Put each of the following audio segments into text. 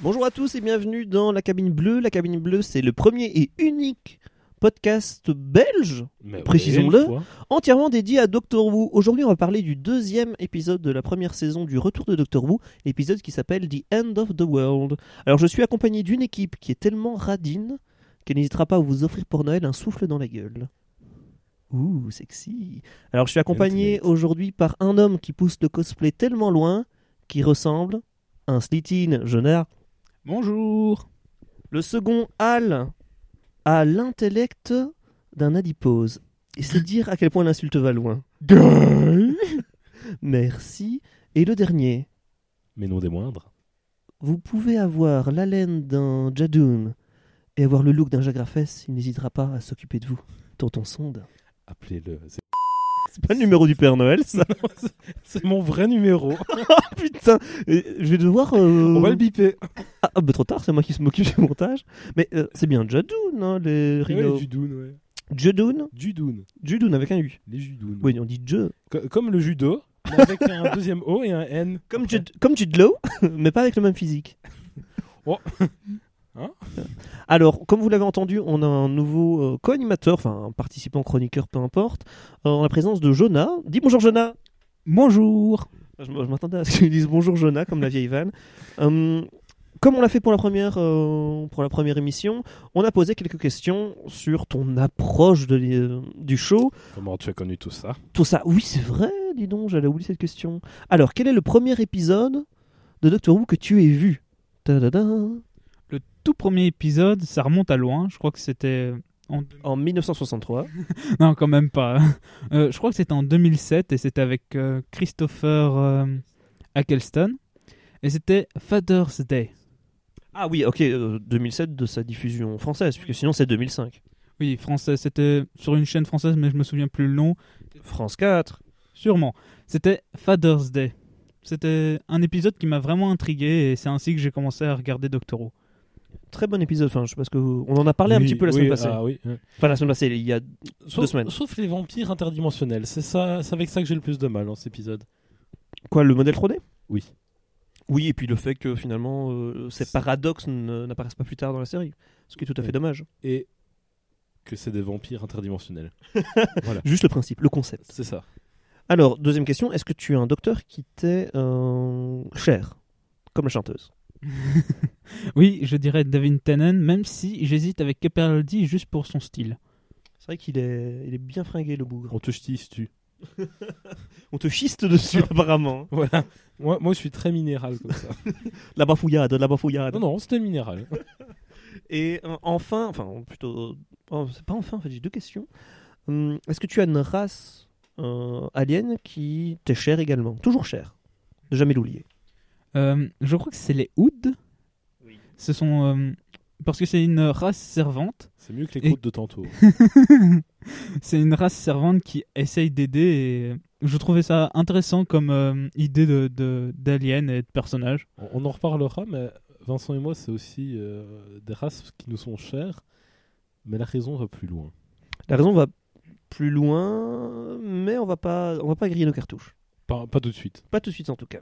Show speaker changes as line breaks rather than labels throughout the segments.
Bonjour à tous et bienvenue dans la cabine bleue. La cabine bleue, c'est le premier et unique podcast belge
Mais
Précisons-le.
oui, une fois.
entièrement dédié à Doctor Who. Aujourd'hui, on va parler du deuxième épisode de la première saison du retour de Doctor Who, l'épisode qui s'appelle The End of the World. Alors, je suis accompagné d'une équipe qui est tellement radine qu'elle n'hésitera pas à vous offrir pour Noël un souffle dans la gueule. Ouh, sexy. Alors, je suis accompagné
Ultimate.
aujourd'hui par un homme qui pousse le cosplay tellement loin qu'il ressemble à un Slitin, jeunard.
Bonjour
Le second, Al, a l'intellect d'un adipose. Et c'est dire à quel point l'insulte va loin. Merci. Et le dernier,
Mais non des moindres.
vous pouvez avoir l'haleine d'un Jadoun et avoir le look d'un Jagrafès, il n'hésitera pas à s'occuper de vous. Tonton sonde.
Appelez-le. C'est-
C'est pas le numéro du Père Noël, ça.
C'est mon vrai numéro.
Putain, euh, je vais devoir. euh,
On va le biper.
Ah, ah, bah, trop tard, c'est moi qui m'occupe du montage. Mais euh, c'est bien Jadoun, hein, les
Ouais,
rideaux.
Judoun, ouais.
Jadoun
Judoun.
Jadoun avec un U.
Les Judounes.
Oui, on dit Je.
Co- Comme le judo, mais avec un deuxième O et un N.
Comme Jude, comme Jude Law, mais pas avec le même physique.
Oh. Hein
Alors, comme vous l'avez entendu, on a un nouveau euh, co-animateur, enfin un participant chroniqueur, peu importe, euh, en la présence de Jonah. Dis bonjour Jonah Ah,
Bonjour
Je, m- je m'attendais à ce qu'il dise bonjour Jonah, comme la vieille vanne. Hum, comme on l'a fait pour la, première, euh, pour la première émission, on a posé quelques questions sur ton approche de l'é- euh, du show.
Comment tu as connu tout ça
Tout ça, oui c'est vrai, dis donc, j'allais oublier cette question. Alors, quel est le premier épisode de Doctor Who que tu aies vu Tadadam.
Le tout premier épisode, ça remonte à loin, je crois que c'était... En...
En 1963.
Non, quand même pas. Euh, je crois que c'était en 2007 et c'était avec euh, Christopher euh, Eccleston. Et c'était Father's Day.
Ah oui, ok, euh, 2007 de sa diffusion française, puisque sinon c'est 2005.
Oui, français, c'était sur une chaîne française, mais je me souviens plus le nom.
France 4.
Sûrement. C'était Father's Day. C'était un épisode qui m'a vraiment intrigué et c'est ainsi que j'ai commencé à regarder Doctor Who.
Très bon épisode, enfin, je sais pas ce que vous- On en a parlé un
Oui,
petit peu la
oui,
semaine passée.
Ah oui. hein.
Enfin, la semaine passée, il y a...
Sauf,
Deux semaines.
Sauf les vampires interdimensionnels. C'est ça, c'est avec ça que j'ai le plus de mal dans cet épisode.
Quoi, le modèle 3D
Oui.
Oui, et puis le fait que finalement, euh, ces paradoxes n- n'apparaissent pas plus tard dans la série. Ce qui est tout à fait
Oui.
dommage.
Et que c'est des vampires interdimensionnels. voilà.
Juste le principe, le concept.
C'est ça.
Alors, deuxième question, est-ce que tu as un docteur qui t'est euh, cher Comme la chanteuse.
Oui, je dirais David Tennant, même si j'hésite avec Capaldi juste pour son style.
C'est vrai qu'il est, il est bien fringué, le bougre.
On te ch'tisse, tu.
On te schiste dessus, apparemment. hein.
Voilà. Moi, moi, je suis très minéral comme ça.
La bafouillade, la bafouillade.
non, non, c'était le minéral.
Et euh, enfin, enfin plutôt, oh, c'est pas enfin, en fait, j'ai deux questions. Hum, Est-ce que tu as une race euh, alien qui t'est chère également Toujours chère, ne jamais l'oublier.
Euh, je crois que c'est les Houds. Ce sont. euh, parce que c'est une race servante.
C'est mieux que les
Et-
côtes de tantôt.
c'est une race servante qui essaye d'aider et je trouvais ça intéressant comme euh, idée d'alien de, d'alien et de personnage.
On on en reparlera, mais Vincent et moi, c'est aussi euh, des races qui nous sont chères, mais la raison va plus loin.
La raison va plus loin, mais on va pas, on va pas griller nos cartouches.
Pas, pas tout de suite.
Pas tout de suite en tout cas.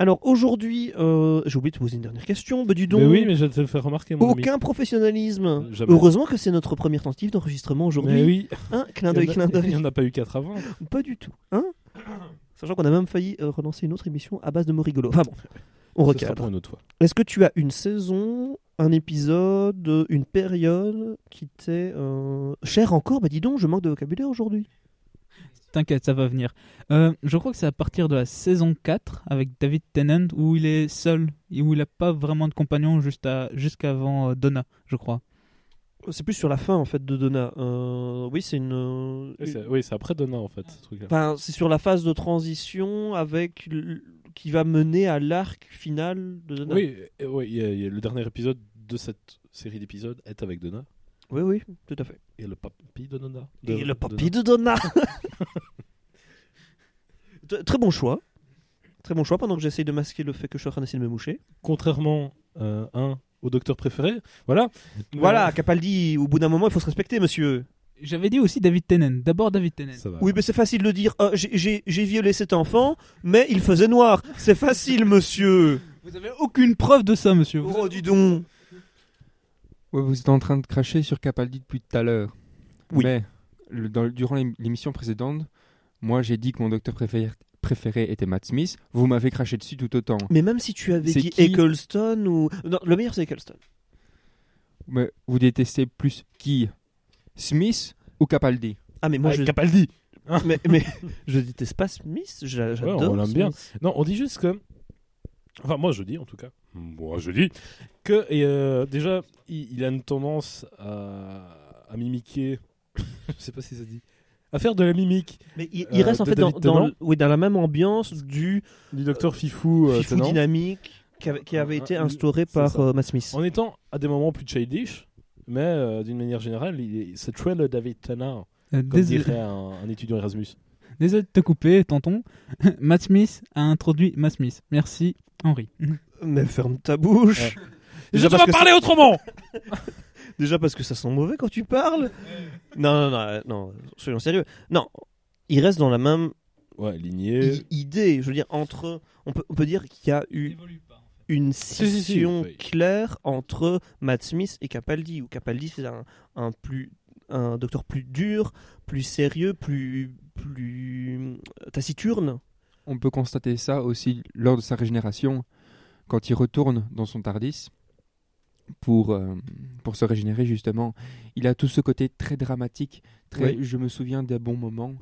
Alors aujourd'hui, euh, j'ai oublié de te poser une dernière question, mais dis donc,
mais oui, mais je vais te le faire remarquer, mon ami. Euh,
aucun professionnalisme.
Jamais.
Heureusement que c'est notre première tentative d'enregistrement
Mais
aujourd'hui.
oui,
Hein, clin
il
d'œil,
y en a-
clin d'œil.
il n'y en a pas eu quatre avant.
Pas du tout, hein Sachant qu'on a même failli euh, relancer une autre émission à base de mots rigolos. Enfin bon, on
Ce sera
recadre.
pour une autre fois.
Est-ce que tu as une saison, un épisode, euh, une période qui t'est euh, chère encore Bah dis donc, je manque de vocabulaire aujourd'hui.
T'inquiète, ça va venir. Euh, je crois que c'est à partir de la saison 4 avec David Tennant où il est seul et où il n'a pas vraiment de compagnon juste à- jusqu'avant euh, Donna, je crois.
C'est plus sur la fin en fait de Donna. Euh, oui, c'est une. euh,
Et c'est- Oui, c'est après Donna, en fait, ce truc-là.
Enfin, c'est sur la phase de transition avec l- qui va mener à l'arc final de Donna.
Oui, et- oui il y a- il y a le dernier épisode de cette série d'épisodes est avec Donna.
oui, oui, tout à fait.
Et le papy de Donna.
Et
De-
le
Donna.
papy de Donna. T- Très bon choix. Très bon choix pendant que j'essaye de masquer le fait que je suis en train d'essayer de me moucher.
Contrairement, euh, un, au docteur préféré. Voilà.
Voilà, Capaldi, au bout d'un moment, il faut se respecter, monsieur.
J'avais dit aussi David Tennant. D'abord David Tennant.
Ça va.
Oui, mais c'est facile de dire euh, j'ai- j'ai j'ai violé cet enfant, mais il faisait noir. C'est facile, monsieur.
Vous avez aucune preuve de ça, monsieur. Vous-
Oh, dis donc.
Ouais, vous êtes en train de cracher sur Capaldi depuis tout à l'heure.
Oui.
Mais le- dans- durant l'ém- l'émission précédente, moi j'ai dit que mon docteur préféré, préféré était Matt Smith. Vous m'avez craché dessus tout autant.
Mais même si tu avais
C'est
dit
qui
Eccleston ou. Non, le meilleur c'est Eccleston.
Mais vous détestez plus qui Smith ou Capaldi
Ah, mais moi
Moi,
je.
Capaldi.
mais, mais je déteste pas Smith, j'a-
Ouais,
j'adore.
on l'aime bien.
Smith.
Non, on dit juste que. Enfin, moi je dis en tout cas. Moi je dis. Que et, euh, déjà, il, il a une tendance à, à mimiquer. je sais pas si ça se dit. À faire de la mimique
Mais il, il
Euh,
reste en
de
fait dans,
David
dans-
Tennant.
oui, dans la même ambiance du
du docteur Fifou. euh,
fifou
Tennant,
dynamique qui avait, qui avait
Ah,
été
ah,
instauré
c'est
par
ça.
euh, Matt Smith.
En étant à des moments plus childish, mais euh, d'une manière générale, il est- c'est très le David Tennant,
Euh,
comme
désolé,
dirait un, un étudiant Erasmus.
désolé de te couper, tonton. Matt Smith a introduit Matt Smith. Merci, Henri.
Mais ferme ta bouche.
Je
Déjà,
ne
parce que
pas parler autrement
Déjà parce que ça sent mauvais quand tu parles. non, non, non, euh, non, soyons sérieux. Non, il reste dans la même
Ouais, ligné.
i- idée. Je veux dire, entre. On peut, on peut dire qu'il y a eu une
si, si,
scission
oui.
claire entre Matt Smith et Capaldi, où Capaldi c'est un, un plus un docteur plus dur, plus sérieux, plus plus euh, taciturne.
On peut constater ça aussi lors de sa régénération, quand il retourne dans son Tardis pour, euh, pour se régénérer justement. Il a tout ce côté très dramatique, très je me souviens d'un bon moment,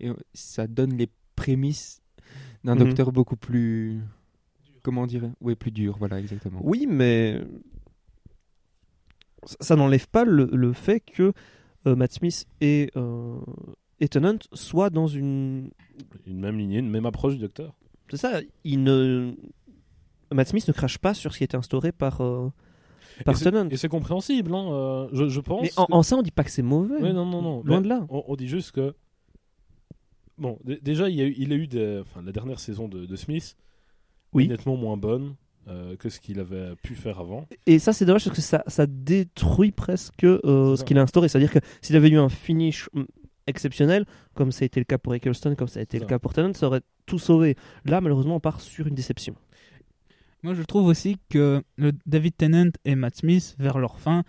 et euh, ça donne les prémices d'un
Mhm.
docteur beaucoup plus... Comment dire Oui, plus dur, voilà, exactement.
Oui, mais ça, ça n'enlève pas le, le fait que euh, Matt Smith et, euh, et Tennant soient dans une.
Une même lignée, une même approche du docteur.
C'est ça, il ne. Matt Smith ne crache pas sur ce qui est instauré par, euh, par
et c'est-
Tennant.
et c'est compréhensible, hein, euh, je, je pense.
Mais en,
que-
en ça, on dit pas que c'est mauvais.
Ouais, non, non, Bah, non.
Loin
Mais
de là.
On, on dit juste que. Bon, dé- déjà, il y a eu, il a eu des- enfin, la dernière saison de, de Smith,
Oui.
est nettement moins bonne euh, que ce qu'il avait pu faire avant.
Et ça, c'est dommage parce que ça, ça détruit presque euh,
C'est
ce
ça.
qu'il a instauré. C'est-à-dire que s'il avait eu un finish mm, exceptionnel, comme ça a été le cas pour Eccleston, comme ça a été le
Ça.
cas pour Tennant, ça aurait tout sauvé. Là, malheureusement, on part sur une déception.
Moi, je trouve aussi que le David Tennant et Matt Smith, vers leur fin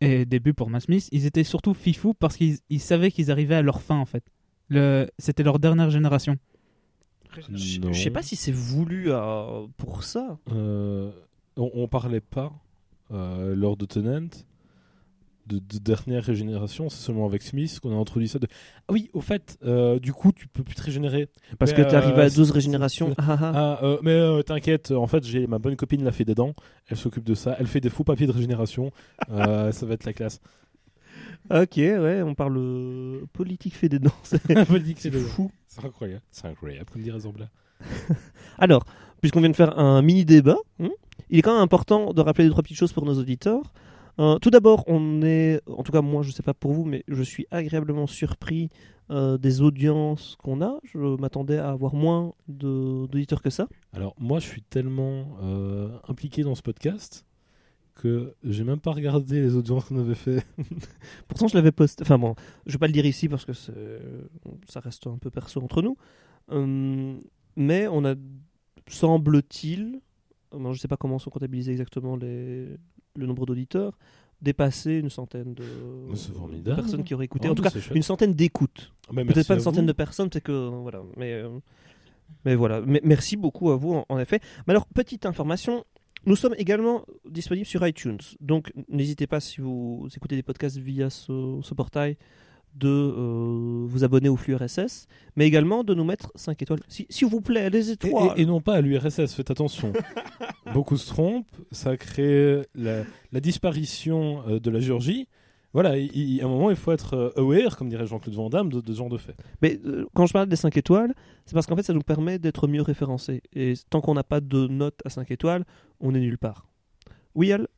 et début pour Matt Smith, ils étaient surtout fifous parce qu'ils ils savaient qu'ils arrivaient à leur fin en fait. Le, c'était leur dernière génération.
Je
Non.
je sais pas si c'est voulu euh, pour ça.
Euh, on, on parlait pas euh, lors de Tenant de, de dernière régénération, c'est seulement avec Smith qu'on a introduit ça. De... Ah oui, au fait, euh, du coup, tu peux plus te régénérer.
Parce
Mais,
que t'arrives
euh,
à 12
c'est-
régénérations. Ah, ah.
Ah, euh, mais euh, t'inquiète, en fait, j'ai ma bonne copine l'a fait des dents, elle s'occupe de ça, elle fait des faux papiers de régénération, euh, ça va être la classe.
ah. Ok, ouais, on parle euh, politique fait des dents.
c'est
C'est fou.
C'est incroyable, c'est incroyable comme dirait Zambla.
Alors, puisqu'on vient de faire un mini débat, hein, il est quand même important de rappeler deux trois petites choses pour nos auditeurs. Euh, tout d'abord, on est, en tout cas moi, je sais pas pour vous, mais je suis agréablement surpris euh, des audiences qu'on a. Je m'attendais à avoir moins de- d'auditeurs que ça.
Alors, moi, je suis tellement euh, impliqué dans ce podcast que j'ai même pas regardé les audiences qu'on avait fait.
Pourtant, je l'avais posté. Enfin bon, je vais pas le dire ici parce que c'est- ça reste un peu perso entre nous. Euh, mais on a, semble-t-il, euh, non, je sais pas comment sont comptabilisés exactement les, le nombre d'auditeurs, dépassé une centaine de,
Mais c'est
de
formidable.
personnes qui auraient écouté.
Ah,
en tout
mais
cas,
c'est chouette.
une centaine d'écoutes.
Ah, mais
Peut-être
merci
pas
à
une
vous.
centaine de personnes, peut-être que euh, voilà. Mais euh, mais voilà. Mais- merci beaucoup à vous en, en effet. Mais alors petite information. Nous sommes également disponibles sur iTunes, donc n'hésitez pas si vous écoutez des podcasts via ce, ce portail de euh, vous abonner au flux RSS, mais également de nous mettre 5 étoiles. Si- S'il vous plaît, les
Et,
étoiles.
et- et non pas à l'URSS, faites attention. Beaucoup se trompent, ça crée la, la disparition euh, de la Géorgie, Voilà, il- il- à un moment, il faut être euh, aware, comme dirait Jean-Claude Van Damme, de, de ce genre de fait.
Mais euh, quand je parle des 5 étoiles, c'est parce qu'en fait, ça nous permet d'être mieux référencés. Et tant qu'on n'a pas de note à 5 étoiles, on est nulle part. Oui, Al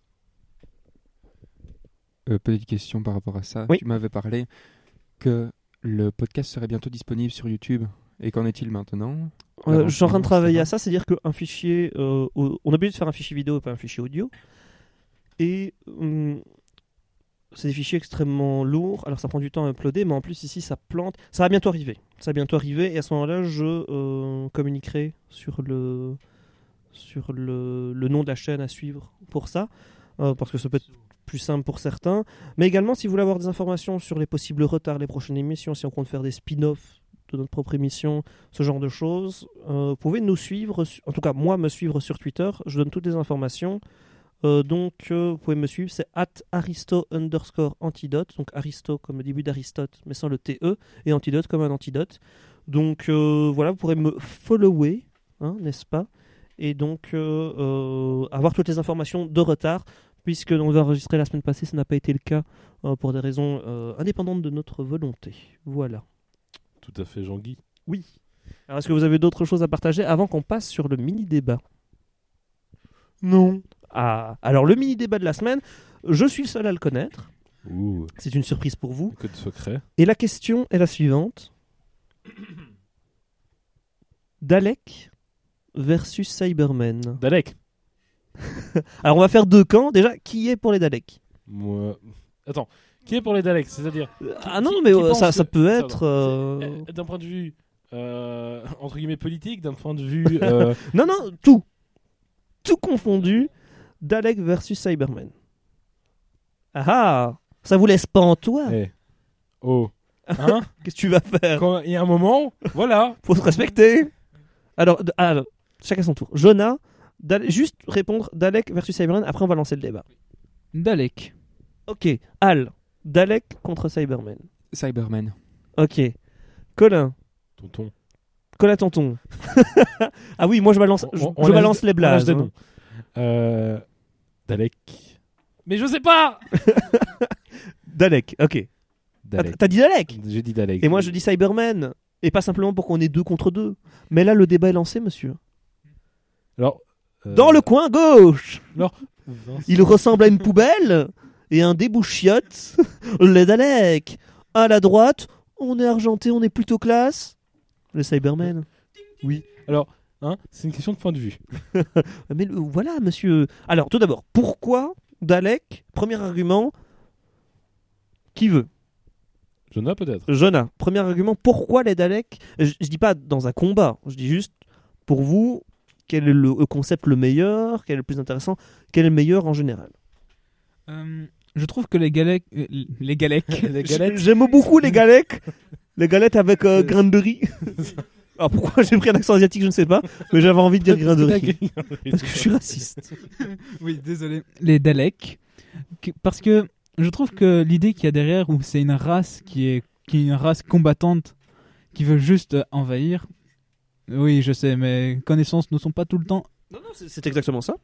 Euh, petite question par rapport à ça.
Oui.
Tu m'avais parlé que le podcast serait bientôt disponible sur YouTube. Et qu'en est-il maintenant
Euh, je suis en train de travailler à
ça.
ça, c'est-à-dire qu'un fichier. euh, au- on a obligé de faire un fichier vidéo et pas un fichier audio. Et. hum, c'est des fichiers extrêmement lourds, alors ça prend du temps à uploader, mais en plus ici ça plante. Ça va bientôt arriver. Ça va bientôt arriver, et à ce moment-là, je euh, communiquerai sur le sur le, le nom de la chaîne à suivre pour ça, euh, parce que ça peut être plus simple pour certains. Mais également, si vous voulez avoir des informations sur les possibles retards, les prochaines émissions, si on compte faire des spin-offs de notre propre émission, ce genre de choses, euh, vous pouvez nous suivre, su- en tout cas moi me suivre sur Twitter, je donne toutes les informations. Euh, donc euh, vous pouvez me suivre, c'est at aristo underscore antidote, donc aristo comme le début d'Aristote mais sans le TE, et antidote comme un antidote. Donc euh, voilà, vous pourrez me follower, hein, n'est-ce pas Et donc euh, euh, avoir toutes les informations de retard, puisque on va enregistrer la semaine passée, ça n'a pas été le cas euh, pour des raisons euh, indépendantes de notre volonté. Voilà.
Tout à fait, Jean-Guy.
Alors, est-ce que vous avez d'autres choses à partager avant qu'on passe sur le mini débat
Non.
Ah, alors le mini débat de la semaine, je suis le seul à le connaître.
Ouh,
C'est une surprise pour vous.
code secret.
Et la question est la suivante Dalek versus Cybermen.
Dalek.
Alors, on va faire deux camps. Déjà, qui est pour les Daleks
Moi. Attends, qui est pour les Daleks C'est-à-dire,
Euh, Ah non,
qui-
mais
qui
euh,
pense
ça, ça
que-
peut
ça va.
être. euh,
euh, d'un point de vue, euh, entre guillemets, politique, d'un point de vue. euh,
Non, non, tout. Tout confondu. Dalek versus Cybermen. Ah ah Ça vous laisse pas en toi
eh. Oh. Hein
Qu'est-ce que tu vas faire
Quand il y a un moment, voilà.
Faut se respecter. Alors, d- alors, chacun son tour. Jonah, Dale- juste répondre Dalek versus Cyberman, après on va lancer le débat.
Dalek.
Ok, Al, Dalek contre Cyberman.
Cyberman.
Ok, Colin,
Tonton.
Colin Tonton. ah oui, moi je balance, je,
On- on
je
lâche-
balance les
Plage
blagues.
des
hein.
noms. Euh, Dalek. Mais je sais pas
Dalek, ok. Ah,
Dalek.
T'as dit Dalek
J'ai dit Dalek.
Et moi je dis Cyberman. Et pas simplement pour qu'on ait deux contre deux. Mais là le débat est lancé, monsieur.
Alors. euh,
Dans le coin gauche
Vincent-
Il ressemble à une poubelle et un débouchiotte. Les Daleks. À la droite, on est argenté, on est plutôt classe. Le Cyberman.
Hein C'est une question de point de vue.
Mais le- voilà, monsieur. Alors, tout d'abord, pourquoi Dalek Premier argument. Qui veut
Jonah peut-être.
Jonah. Premier argument, pourquoi les Daleks je, je dis pas dans un combat, je dis juste pour vous, quel est le, le concept le meilleur, quel est le plus intéressant, quel est le meilleur en général
Euh, je trouve que les Galec. euh, Les Galec.
Les galettes.
J'aime beaucoup les Galeks. les galettes avec euh, grain de riz. Alors pourquoi j'ai pris un accent asiatique, je ne sais pas, mais j'avais envie de dire grain de riz. Parce que je suis raciste.
oui, désolé. Les Daleks. Que- Parce que je trouve que l'idée qu'il y a derrière, où c'est une race qui est, qui est une race combattante, qui veut juste euh, envahir. Oui, je sais, mes connaissances ne sont pas tout le temps.
Non, non, c'est exactement ça.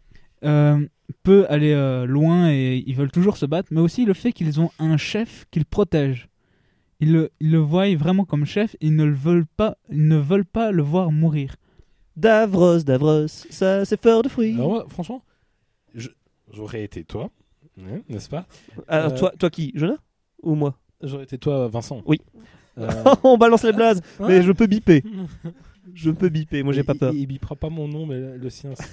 euh, peut aller euh, loin et ils veulent toujours se battre, mais aussi le fait qu'ils ont un chef qu'ils protègent. Ils le, ils le voient vraiment comme chef, ils ne le veulent pas, ils ne veulent pas le voir mourir.
Davros, Davros, ça c'est fleur de fruits.
Alors moi, franchement, je- j'aurais été toi, hein, n'est-ce pas
Alors,
Euh, Ah.
toi, toi qui Jonah Ou moi
J'aurais été toi, Vincent.
Oui.
Euh,
On balance les blazes,
hein
mais je peux biper. Je peux biper, moi j'ai
Il-
pas peur.
Il, il bipera pas mon nom, mais le sien. si.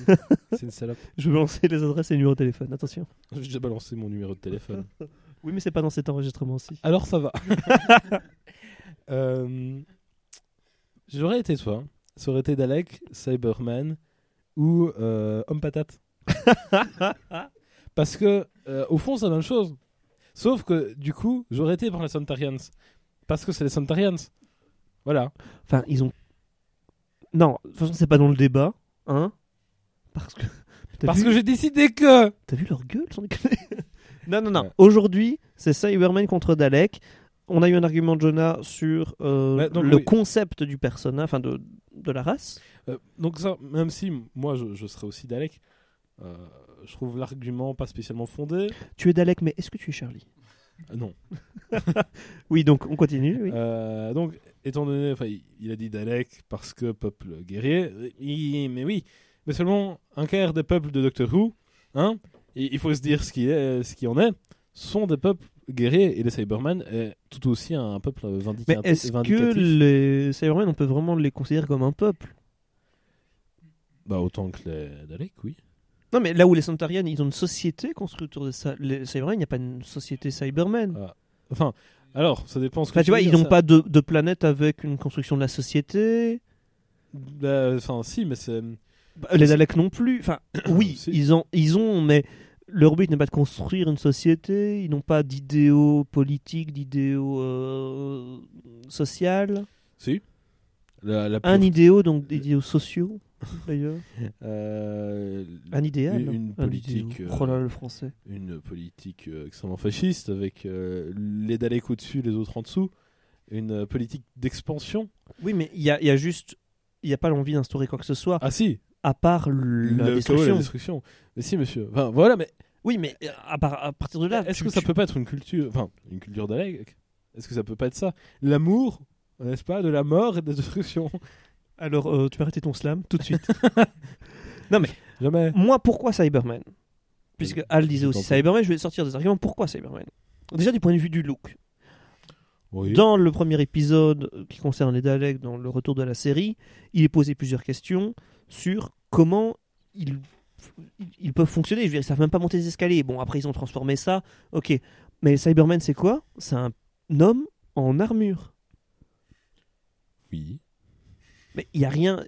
C'est une salope.
Je vais lancer les adresses et les numéros de téléphone, attention.
J'ai déjà balancé mon numéro de téléphone.
Oui, mais c'est pas dans cet enregistrement-ci.
Alors ça va. Euh, J'aurais été toi. Ça aurait été Dalek, Cyberman ou euh, Homme Patate. Parce que, euh, au fond, c'est la même chose. Sauf que, du coup, j'aurais été par les Sontarians. Parce que c'est les Sontarians. Voilà.
Enfin, ils ont. Non, de toute façon, c'est pas dans le débat, hein Parce que. T'as
Parce
vu-
que j'ai décidé que.
T'as vu leur gueule, sans déconner Non, non, non.
Ouais.
Aujourd'hui, c'est Cyberman contre Dalek. On a eu un argument de Jonah sur euh,
Ouais, Bah, donc,
le
oui.
concept du personnage, enfin de, de la race.
Euh, donc, ça, même si m- moi je, je serais aussi Dalek, euh, je trouve l'argument pas spécialement fondé.
Tu es Dalek, mais est-ce que tu es Charlie
Ah, Non.
Oui, donc on continue. oui.
Euh, donc, étant donné, enfin, il- il a dit Dalek parce que peuple guerrier. euh, Il- mais oui, mais seulement un quart des peuples de Doctor Who, hein, il il faut se dire ce qui est, euh, ce qui en est, sont des peuples guerriers et les Cybermen est tout aussi un peuple
Mais
vindicatif.
est-ce que
vindicatif.
les Cybermen, on peut vraiment les considérer comme un peuple
Bah autant que les Daleks, oui.
Non, mais là où les Santarians, ils ont une société construite autour de ça. Les Cybermen, il n'y a pas une société Cybermen.
Ah, Enfin, alors, ça dépend. Ce que
Enfin, Bah, tu vois,
veux
ils
dire,
n'ont
ça-
pas de, de planète avec une construction de la société.
Bah, Enfin, si, mais c'est.
Bah, les Daleks non plus. Enfin, oui,
Si.
ils, ont, ils ont, mais leur but n'est pas de construire une société. Ils n'ont pas d'idéaux politiques, d'idéaux euh, sociales.
Si. La, la
Un
pure-
idéau, donc des idéaux sociaux, d'ailleurs.
euh,
Un idéal.
Une- une
un idéau.
politique, euh,
Oh là là, le français.
une politique euh, extrêmement fasciste avec euh, les Daleks au-dessus, les autres en dessous, une euh, politique d'expansion.
Oui, mais il y a, il y a juste. Il n'y a pas l'envie d'instaurer quoi que ce soit,
Ah si,
à part la
le chaos,
destruction.
la destruction. Mais si, monsieur. Enfin, voilà, mais
Oui, mais euh, à, part- à partir de là.
est-ce
tu-
que ça
tu-
peut pas être une culture, enfin, une culture Dalek Est-ce que ça peut pas être ça L'amour, n'est-ce pas, de la mort et de la destruction
Alors, euh, tu peux arrêter ton slam tout de suite.
Jamais.
Moi, pourquoi Cyberman Puisque Al disait
Euh, je
aussi
t'en prie.
Cyberman, je vais sortir des arguments. Pourquoi Cyberman Déjà, du point de vue du look.
Oui.
Dans le premier épisode euh, qui concerne les Daleks, dans le retour de la série, il est posé plusieurs questions sur comment ils, ils peuvent fonctionner. Je veux dire, ils savent même pas monter les escaliers. Bon, après, ils ont transformé ça. Ok. Mais Cyberman, c'est quoi C'est un homme en armure.
oui.
Mais il n'y a rien.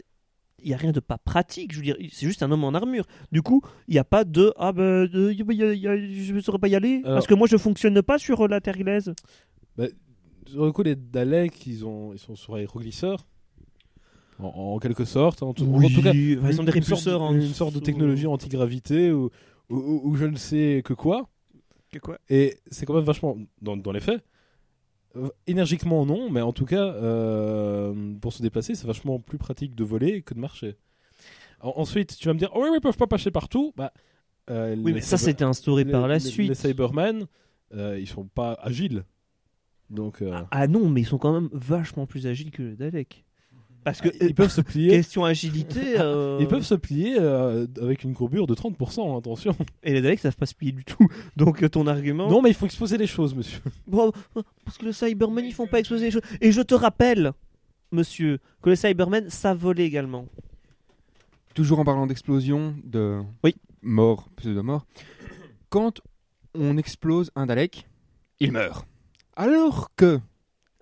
Il n'y a rien de pas pratique, je veux dire, c'est juste un homme en armure. Du coup, il n'y a pas de Ah ben, de- y- y- y- je ne saurais pas y aller,
Alors-
parce que moi je fonctionne pas sur euh, la terre glaise.
Bah, sur le coup, les Daleks, ils, ont, ils sont sur aéroglisseurs, en, en quelque sorte. En tout, en tout cas,
enfin, ils sont des
une sorte de-
répulseurs en
une sorte de
hein, sous-
technologie anti-gravité ou, ou- ou- ou je ne sais que quoi.
Que quoi
Et c'est quand même vachement, dans, dans les faits, euh, énergiquement non, mais en tout cas, euh, pour se déplacer, c'est vachement plus pratique de voler que de marcher. En- ensuite, tu vas me dire, oh oui, mais ils peuvent pas passer partout. Bah, euh,
Oui,
les
mais ça
cyber-
c'était instauré
les-
par la
les-
suite.
Les Cybermen, euh, ils sont pas agiles. Donc, euh,
Ah non, mais ils sont quand même vachement plus agiles que les Daleks. Parce que euh,
Ah, ils peuvent se plier.
question agilité, euh,
Ils peuvent se plier euh, avec une courbure de 30%, attention.
et les Daleks savent pas se plier du tout. Donc euh, ton argument,
Non, mais il faut exposer les choses, monsieur.
Bon, parce que les Cybermen, ils font pas exploser les choses. Et je te rappelle, monsieur, que les Cybermen savent voler également.
Toujours en parlant d'explosion, de
Oui.
mort, pseudo-mort. Quand on explose un Dalek, il meurt. Alors que,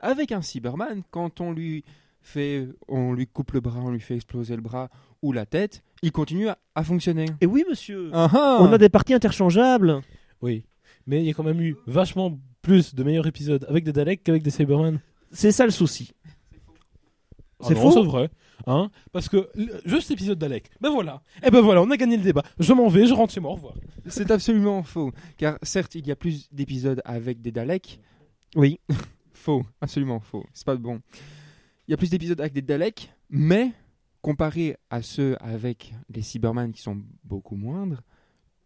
avec un Cyberman, quand on lui fait, on lui coupe le bras, on lui fait exploser le bras ou la tête, il continue à, à fonctionner.
Et oui, monsieur.
Ah ah
On a des parties interchangeables.
Oui. Mais il y a quand même eu vachement plus de meilleurs épisodes avec des Daleks qu'avec des Cybermen.
C'est ça le souci.
Ah
C'est
non,
faux.
C'est vrai. Hein Parce que le- juste l'épisode Dalek. Ben voilà. Et ben voilà, on a gagné le débat. Je m'en vais, je rentre chez moi, au revoir.
C'est absolument faux. Car certes, il y a plus d'épisodes avec des Daleks.
Oui.
faux, absolument faux. C'est pas bon. Il y a plus d'épisodes avec des Daleks, mais comparé à ceux avec les Cybermen qui sont beaucoup moindres,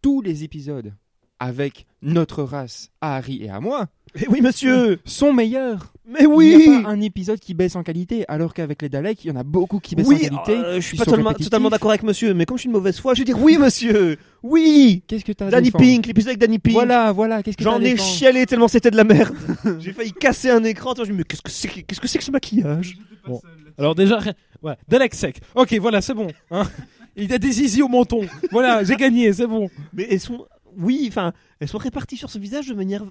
tous les épisodes avec notre race, à Harry et à moi,
Et Eh oui, monsieur.
sont meilleurs.
Mais
Il
oui.
n'y a pas un épisode qui baisse en qualité, alors qu'avec les Daleks, il y en a beaucoup qui baissent
Oui,
en qualité.
euh, je suis
ils
pas
sont
totalement,
répétitifs.
totalement d'accord avec monsieur, mais comme je suis une mauvaise foi, je vais dire oui, monsieur. Oui.
Qu'est-ce que t'as à
Danny
défendre
Pink, l'épisode avec Danny Pink.
Voilà, voilà, qu'est-ce que t'as à
J'en ai
défendre
chialé tellement c'était de la merde. J'ai failli casser un écran. Attends, je me dis, mais qu'est-ce que c'est que, qu'est-ce que, c'est que ce maquillage
Alors déjà, rien- voilà. Dalek sec. Ok, voilà, c'est bon. Hein il a des zizi au menton. Voilà, j'ai gagné, c'est bon.
Mais elles sont, oui, enfin, elles sont réparties sur ce visage de manière euh,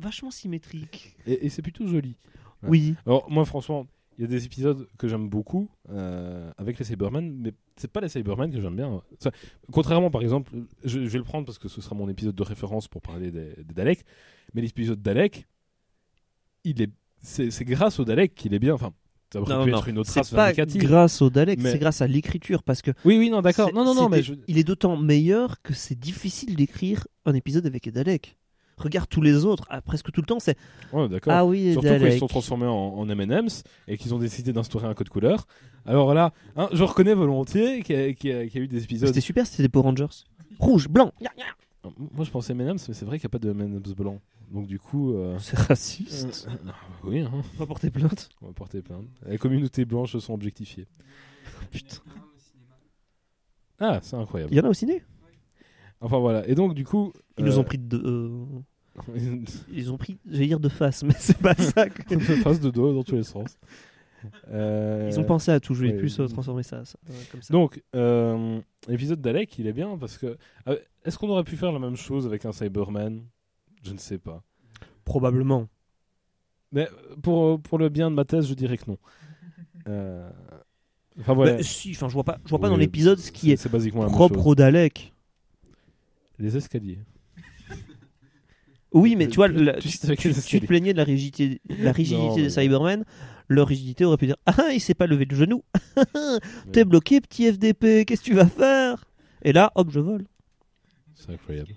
vachement symétrique.
Et, et c'est plutôt joli. Ouais.
Oui.
Alors moi, franchement, il y a des épisodes que j'aime beaucoup euh, avec les Cybermen, mais c'est pas les Cybermen que j'aime bien. Ça- contrairement, par exemple, je, je vais le prendre parce que ce sera mon épisode de référence pour parler des, des Daleks. Mais l'épisode Dalek, il est, c'est, c'est grâce au Dalek qu'il est bien. Enfin, ça aurait
Non,
pu
non,
être une autre race
C'est pas
vindicative.
grâce au Dalek,
Mais-
c'est grâce à l'écriture parce que
Oui, oui, non, d'accord.
c'est-
Non, non, non,
c'était-
mais je-
il est d'autant meilleur que c'est difficile d'écrire un épisode avec les Daleks. Regarde tous les autres, ah, presque tout le temps, c'est
ouais, d'accord.
ah oui les
Surtout quand
Daleks.
ils se sont transformés en, en M&M's et qu'ils ont décidé d'instaurer un code couleur. Alors là, hein, je reconnais volontiers qu'il y a, qu'il y a- qu'il y a eu des épisodes
C'était super, c'était des Power Rangers. Rouge, blanc. gna, gna.
Moi je pensais M&M's mais c'est vrai qu'il n'y a pas de M&M's blanc. Donc du coup, euh,
C'est raciste.
euh, oui, hein,
On va porter plainte.
on va porter plainte. Les communautés blanches sont objectifiées. Oh,
Putain.
Ah, c'est incroyable.
Il y en a au ciné
Enfin voilà. Et donc du coup,
Ils nous ont pris de. euh,
pris.
Ils ont pris, j'allais dire de face, mais c'est pas ça. que-
Une face de dos dans tous les sens. Euh,
Ils ont pensé à tout, je vais
ouais.
plus euh, transformer ça, ça, euh, comme ça.
Donc, euh, l'épisode d'Alec, il est bien parce que. Ah, Est-ce qu'on aurait pu faire la même chose avec un Cyberman Je ne sais pas.
Probablement.
Mais euh, pour, pour le bien de ma thèse, je dirais que non. Euh, Enfin voilà.
Bah, si, enfin, je vois pas, je vois pas dans
Oui,
l'épisode ce qui est,
C'est basiquement la même
propre
chose.
au Dalek.
Les escaliers.
Oui, mais
Euh,
tu vois, la- tu,
juste avec
tu-
les
tu te
escaliers.
plaignais de la rigidité, de la rigidité
Non,
des
mais-
Cybermen. Leur rigidité aurait pu dire Ah, il s'est pas levé le genou. T'es
Ouais,
bloqué, petit FDP, qu'est-ce que tu vas faire Et là, hop, je vole.
C'est incroyable.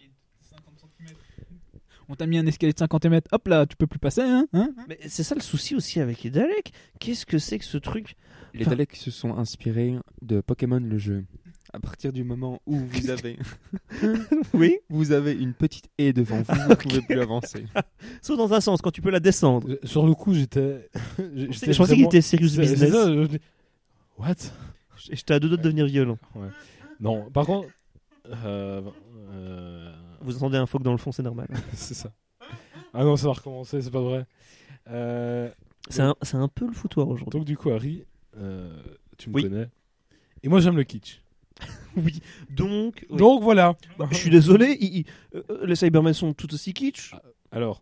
On t'a mis un escalier de 50 mètres, hop là, tu peux plus passer, hein, hein
Mais c'est ça le souci aussi avec les Daleks. Qu'est-ce que c'est que ce truc
Les
Enfin-
Daleks se sont inspirés de Pokémon le jeu. À partir du moment où vous avez,
Oui,
vous avez une petite haie devant vous, vous ne pouvez plus avancer.
sauf dans un sens, quand tu peux la descendre.
Sur le coup, j'étais.
Je pensais qu'il était serious business.
What
Et J'étais à deux doigts de devenir violent.
Non, par contre. euh, euh,
Vous entendez un phoque dans le fond, c'est normal.
c'est ça. Ah non, ça va recommencer, c'est pas vrai. Euh,
C'est un, c'est un peu le foutoir aujourd'hui.
donc du coup, Harry, euh, tu me
Oui.
connais. Et moi, j'aime le kitsch.
Donc, oui. Bah,
Donc voilà.
je suis désolé, il- il- euh, euh, les Cybermen sont tout aussi kitsch.
Alors,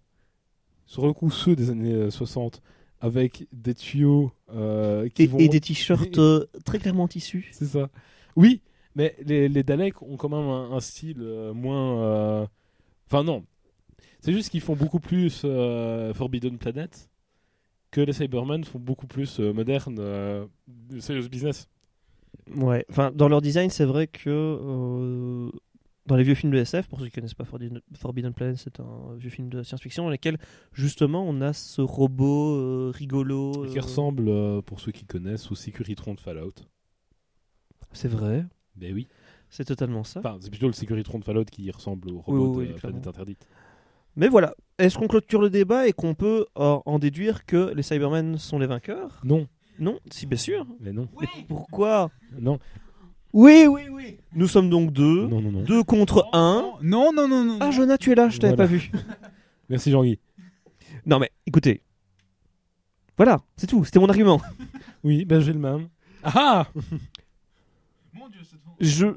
sur le coup, ceux des années euh, 60, avec des tuyaux euh, qui
Et,
vont...
et des t-shirts euh, très clairement en tissu.
C'est ça. Oui, mais les, les Daleks ont quand même un, un style euh, moins... euh, Enfin non. C'est juste qu'ils font beaucoup plus euh, Forbidden Planet que les Cybermen font beaucoup plus euh, moderne, euh, serious business.
Ouais, enfin, dans leur design, c'est vrai que euh, dans les vieux films de SF, pour ceux qui connaissent pas Forbidden, Forbidden Planet, c'est un vieux film de science-fiction dans lequel justement on a ce robot euh, rigolo.
Qui
euh,
ressemble, euh, pour ceux qui connaissent, au Securitron de Fallout.
C'est vrai,
Ben oui.
c'est totalement ça.
Enfin, c'est plutôt le Securitron de Fallout qui ressemble au robot
oui,
de
oui,
Planète Interdite.
Mais voilà, est-ce qu'on clôture le débat et qu'on peut euh, en déduire que les Cybermen sont les vainqueurs
Non,
Non, si bien sûr.
mais non.
Pourquoi
Non,
Oui, oui, oui. Nous sommes donc deux.
non, non, non.
Deux contre un.
Non, non, non, non.
Ah, Jonah, tu es là, je t'avais
Voilà.
pas vu.
Merci Jean-Guy.
Non, mais écoutez. Voilà, c'est tout, c'était mon argument.
Oui, ben j'ai le même. Ah ah
Mon Dieu, cette fois-
Je,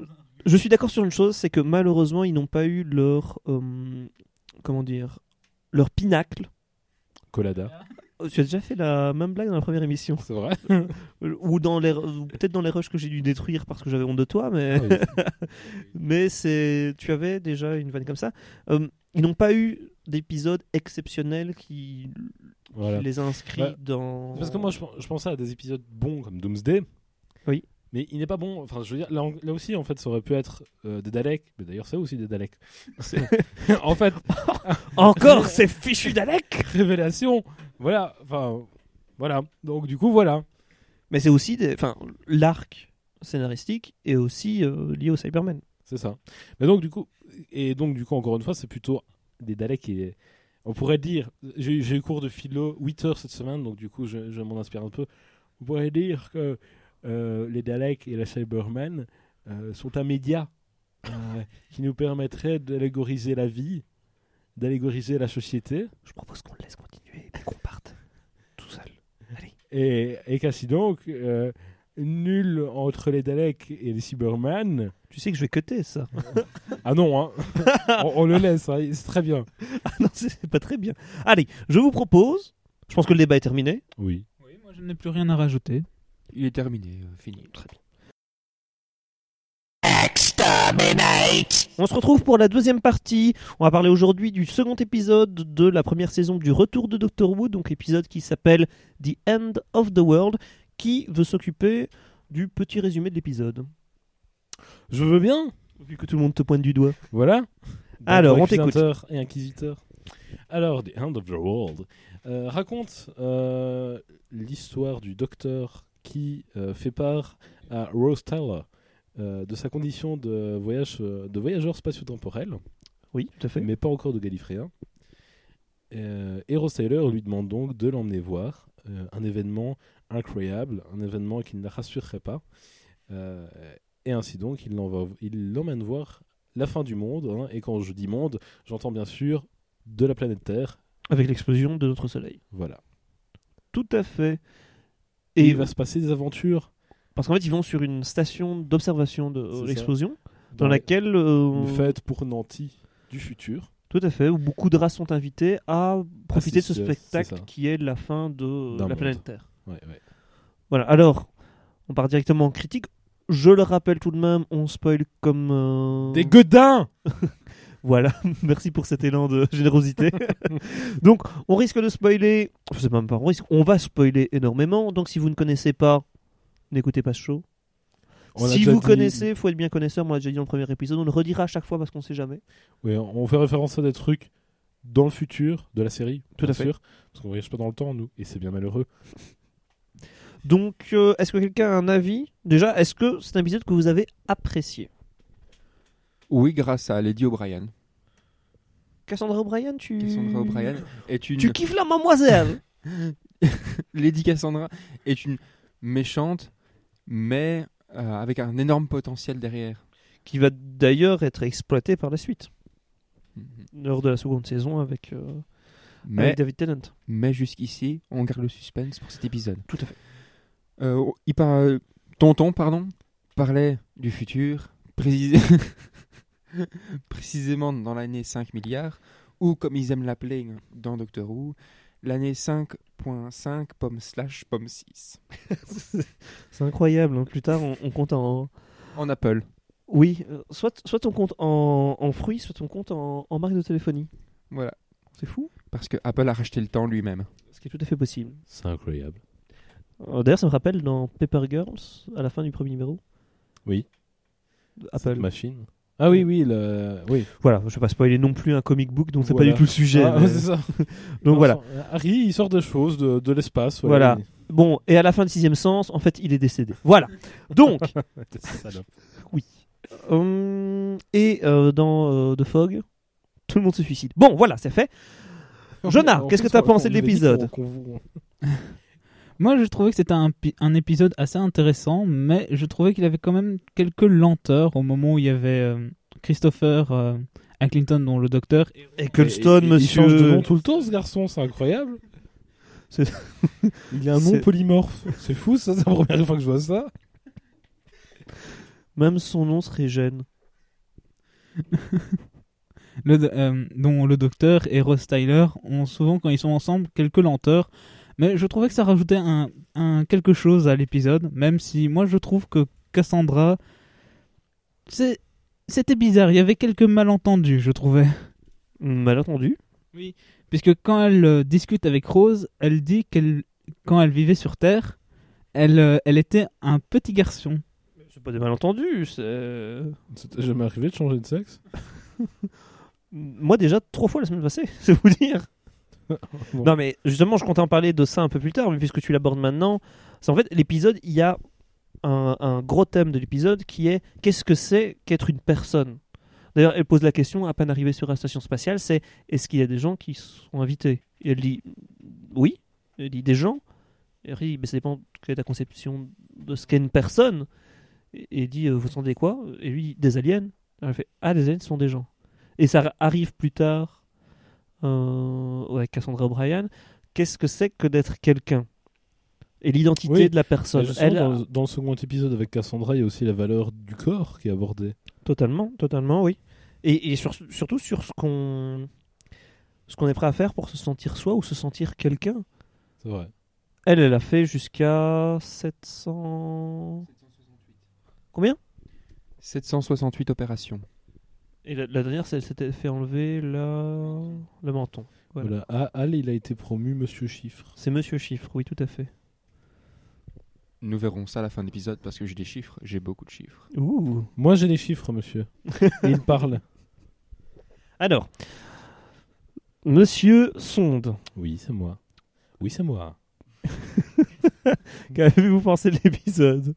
je suis d'accord sur une chose, c'est que malheureusement, ils n'ont pas eu leur. euh, comment dire Leur pinacle.
Colada,
Oh, Tu as déjà fait la même blague dans la première émission.
c'est vrai
Euh, Ou, dans les, ou peut-être dans les rushs que j'ai dû détruire parce que j'avais honte de toi, mais.
Ah oui.
Mais c'est, tu avais déjà une vanne comme ça. Euh, ils n'ont pas eu d'épisode exceptionnel qui, qui
Voilà.
les a inscrits
Bah,
dans.
C'est Parce que moi, je, pen- je pensais à des épisodes bons comme Doomsday.
Oui.
Mais il n'est pas bon. Enfin, je veux dire, là, en- là aussi, en fait, ça aurait pu être euh, des Daleks. Mais d'ailleurs, c'est aussi des Daleks. en fait,
Encore ces fichus d'Alec
révélation. Voilà. Enfin, voilà. Donc, du coup, voilà.
Mais c'est aussi. des- Enfin, l'arc scénaristique est aussi euh, lié au Cybermen.
C'est ça. Mais donc du coup, et donc du coup, encore une fois, c'est plutôt des Daleks et on pourrait dire, j'ai j'ai eu cours de philo 8 heures cette semaine, donc du coup, je, je m'en inspire un peu. On pourrait dire que euh, les Daleks et la Cybermen euh, sont un média euh, qui nous permettrait d'allégoriser la vie, d'allégoriser la société,
Je propose qu'on le laisse continuer et qu'on parte tout seul.
et, et qu'ainsi donc, euh, nul entre les Daleks et les Cybermen.
Tu sais que je vais cutter ça.
Ah non, hein. on, on le laisse, hein, c'est très bien.
Ah non, c'est c'est pas très bien. Allez, je vous propose. Je pense que le débat est terminé.
Oui.
Oui, moi je n'ai plus rien à rajouter.
Il est terminé, euh, fini. Très bien.
On se retrouve pour la deuxième partie. On va parler aujourd'hui du second épisode de la première saison du Retour de Doctor Who, donc épisode qui s'appelle The End of the World, qui veut s'occuper du petit résumé de l'épisode.
Je veux bien.
Vu que tout le monde te pointe du doigt.
Voilà.
Alors,
Bon
on t'écoute.
accusateur Et inquisiteur. Alors, The End of the World euh, raconte euh, l'histoire du docteur qui euh, fait part à Rose Tyler euh, de sa condition de, voyage, euh, de voyageur spatio-temporel,
Oui, tout à fait.
mais pas encore de Gallifréen. Euh, et Ross Taylor lui demande donc de l'emmener voir euh, un événement incroyable, un événement qui ne la rassurerait pas. Euh, et ainsi donc, il l'envo- il l'emmène voir la fin du monde. hein. et quand je dis monde, j'entends bien sûr de la planète Terre.
Avec l'explosion de notre soleil.
Voilà.
Tout à fait.
Et
Et
il va se passer des aventures
parce qu'en fait, ils vont sur une station d'observation de
C'est
euh,
ça.
l'explosion, dans
dans,
laquelle euh,
une fête pour Nanti du futur.
tout à fait, où beaucoup de races sont invitées à profiter de
c'est-
ce
c'est
spectacle
ça.
qui est la fin de euh,
D'un
la
monde.
planète Terre.
Ouais, ouais.
Voilà, alors, on part directement en critique. Je le rappelle tout de même, on spoil comme... euh,
Des godins
Voilà, merci pour cet élan de générosité. donc, on risque de spoiler... Enfin, c'est même pas un risque, on va spoiler énormément. Donc, si vous ne connaissez pas, n'écoutez pas ce show.
On a
si
déjà
vous
dit-
connaissez, faut être bien connaisseur, on l'a déjà dit dans le premier épisode, on le redira à chaque fois parce qu'on sait jamais.
Ouais, on fait référence à des trucs dans le futur de la série,
Tout
bien
à fait.
sûr, parce qu'on voyage pas dans le temps nous, et c'est bien malheureux.
Donc, euh, est-ce que quelqu'un a un avis Déjà, est-ce que c'est un épisode que vous avez apprécié
Oui, grâce à Lady O'Brien.
Cassandra O'Brien, tu...
Cassandra O'Brien est une.
Tu kiffes la mademoiselle
Lady Cassandra est une méchante, mais euh, avec un énorme potentiel derrière.
Qui va d'ailleurs être exploitée par la suite.
Mhm.
lors de la seconde saison avec, euh,
Mais,
avec David Tennant.
mais jusqu'ici, on garde le suspense pour cet épisode.
Tout à fait.
Euh, il par- euh, Tonton, pardon, parlait du futur, précis- précisément dans l'année 5 milliards, ou comme ils aiment l'appeler dans Doctor Who, l'année 5.5 pomme slash pomme 6.
C'est incroyable. hein. Plus tard, on, on compte en.
En Apple.
Oui, euh, soit, soit on compte en, en fruits, soit on compte en, en marque de téléphonie.
Voilà.
C'est fou.
Parce que Apple a racheté le temps lui-même.
Ce qui est tout à fait possible.
C'est incroyable.
Euh, D'ailleurs, ça me rappelle dans Paper Girls, à la fin du premier numéro.
Oui.
De
Cette
Apple.
machine. Ah oui, oui, le... oui.
Voilà, je vais pas spoiler non plus un comic book, donc c'est
Voilà.
pas du tout le sujet.
Ah,
mais-
c'est ça.
Donc voilà.
Harry, il sort des choses de, de l'espace.
Voilà. Bon, et à la fin de Sixième Sens, en fait, il est décédé. Voilà. Donc,
Il- Salope.
Hum, et euh, dans euh, The Fog, tout le monde se suicide. Bon, voilà, c'est fait. Jonah,
En
qu'est-ce
fait,
que t'as
on-
pensé
on
de
avait dit
l'épisode
qu'on- qu'on-
Moi, je trouvais que c'était un, pi- un épisode assez intéressant, mais je trouvais qu'il avait quand même quelques lenteurs au moment où il y avait euh, Christopher euh, Accrington, dont le docteur.
Eccleston,
Et- et-
monsieur.
Il change de nom tout le temps, ce garçon, c'est incroyable.
C'est-
Il a un nom
C'est-
polymorphe. C'est fou, ça, c'est la première fois que je vois ça.
Même son nom serait gêne.
le do- euh, dont le docteur et Ross Tyler ont souvent, quand ils sont ensemble, quelques lenteurs. Mais je trouvais que ça rajoutait un, un quelque chose à l'épisode, même si moi je trouve que Cassandra. c'est- C'était bizarre, il y avait quelques malentendus, je trouvais.
Mal entendu.
Puisque quand elle euh, discute avec Rose, elle dit qu'elle, quand elle vivait sur Terre, elle, euh, elle était un petit garçon.
C'est pas des malentendus. c'est-
C'était jamais arrivé de changer de sexe.
Moi, déjà, trois fois la semaine passée, c'est vous dire.
Bon.
Non, mais justement, je comptais en parler de ça un peu plus tard, mais puisque tu l'abordes maintenant, c'est en fait l'épisode, il y a un, un gros thème de l'épisode qui est qu'est-ce que c'est qu'être une personne D'ailleurs, elle pose la question à peine arrivée sur la station spatiale c'est est-ce qu'il y a des gens qui sont invités Et elle dit oui. Elle dit des gens. Et elle dit mais ça dépend quelle est ta conception de ce qu'est une personne. Et et elle dit euh, vous sentez quoi Et lui dit, des aliens. Elle fait ah des aliens ce sont des gens. Et ça arrive plus tard euh, avec Cassandra O'Brien, qu'est-ce que c'est que d'être quelqu'un Et l'identité
Oui,
de la
Mais
personne.
justement,
Elle,
dans, dans le second épisode avec Cassandra, il y a aussi la valeur du corps qui est abordée.
Totalement, totalement, oui. Et, et sur- surtout sur ce qu'on ce qu'on est prêt à faire pour se sentir soi ou se sentir quelqu'un.
C'est vrai.
Elle, elle a fait jusqu'à 700... Combien
768 opérations.
Et la, la dernière, c'est- elle s'était fait enlever la- le menton. Voilà.
Voilà. Ah, Al, il a été promu Monsieur Chiffre.
C'est Monsieur Chiffre, oui, tout à fait.
Nous verrons ça à la fin de l'épisode parce que j'ai des chiffres, j'ai beaucoup de chiffres.
Ouh
Moi, j'ai les chiffres, monsieur. Et il parle.
Alors, Monsieur Sonde,
Oui, c'est moi. Oui, c'est moi.
qu'avez-vous pensé de l'épisode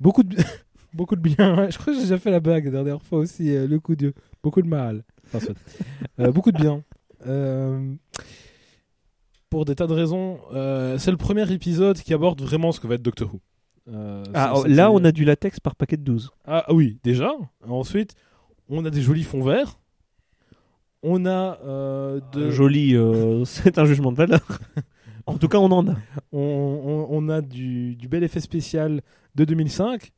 Beaucoup de, beaucoup de bien. Je crois que j'ai déjà fait la blague la dernière fois aussi, euh, le coup de beaucoup de mal. Enfin, soit. Euh, beaucoup de bien. euh, pour des tas de raisons. Euh, c'est le premier épisode qui aborde vraiment ce que va être Doctor Who. Euh,
Ah,
ça,
oh,
c'était-
là, on a du latex par paquet de 12.
Ah oui, déjà. Ensuite, on a des jolis fonds verts. On a euh, de...
Joli, euh, c'est un jugement de valeur. en tout cas, on en a.
on, on- on a du, du bel effet spécial de 2005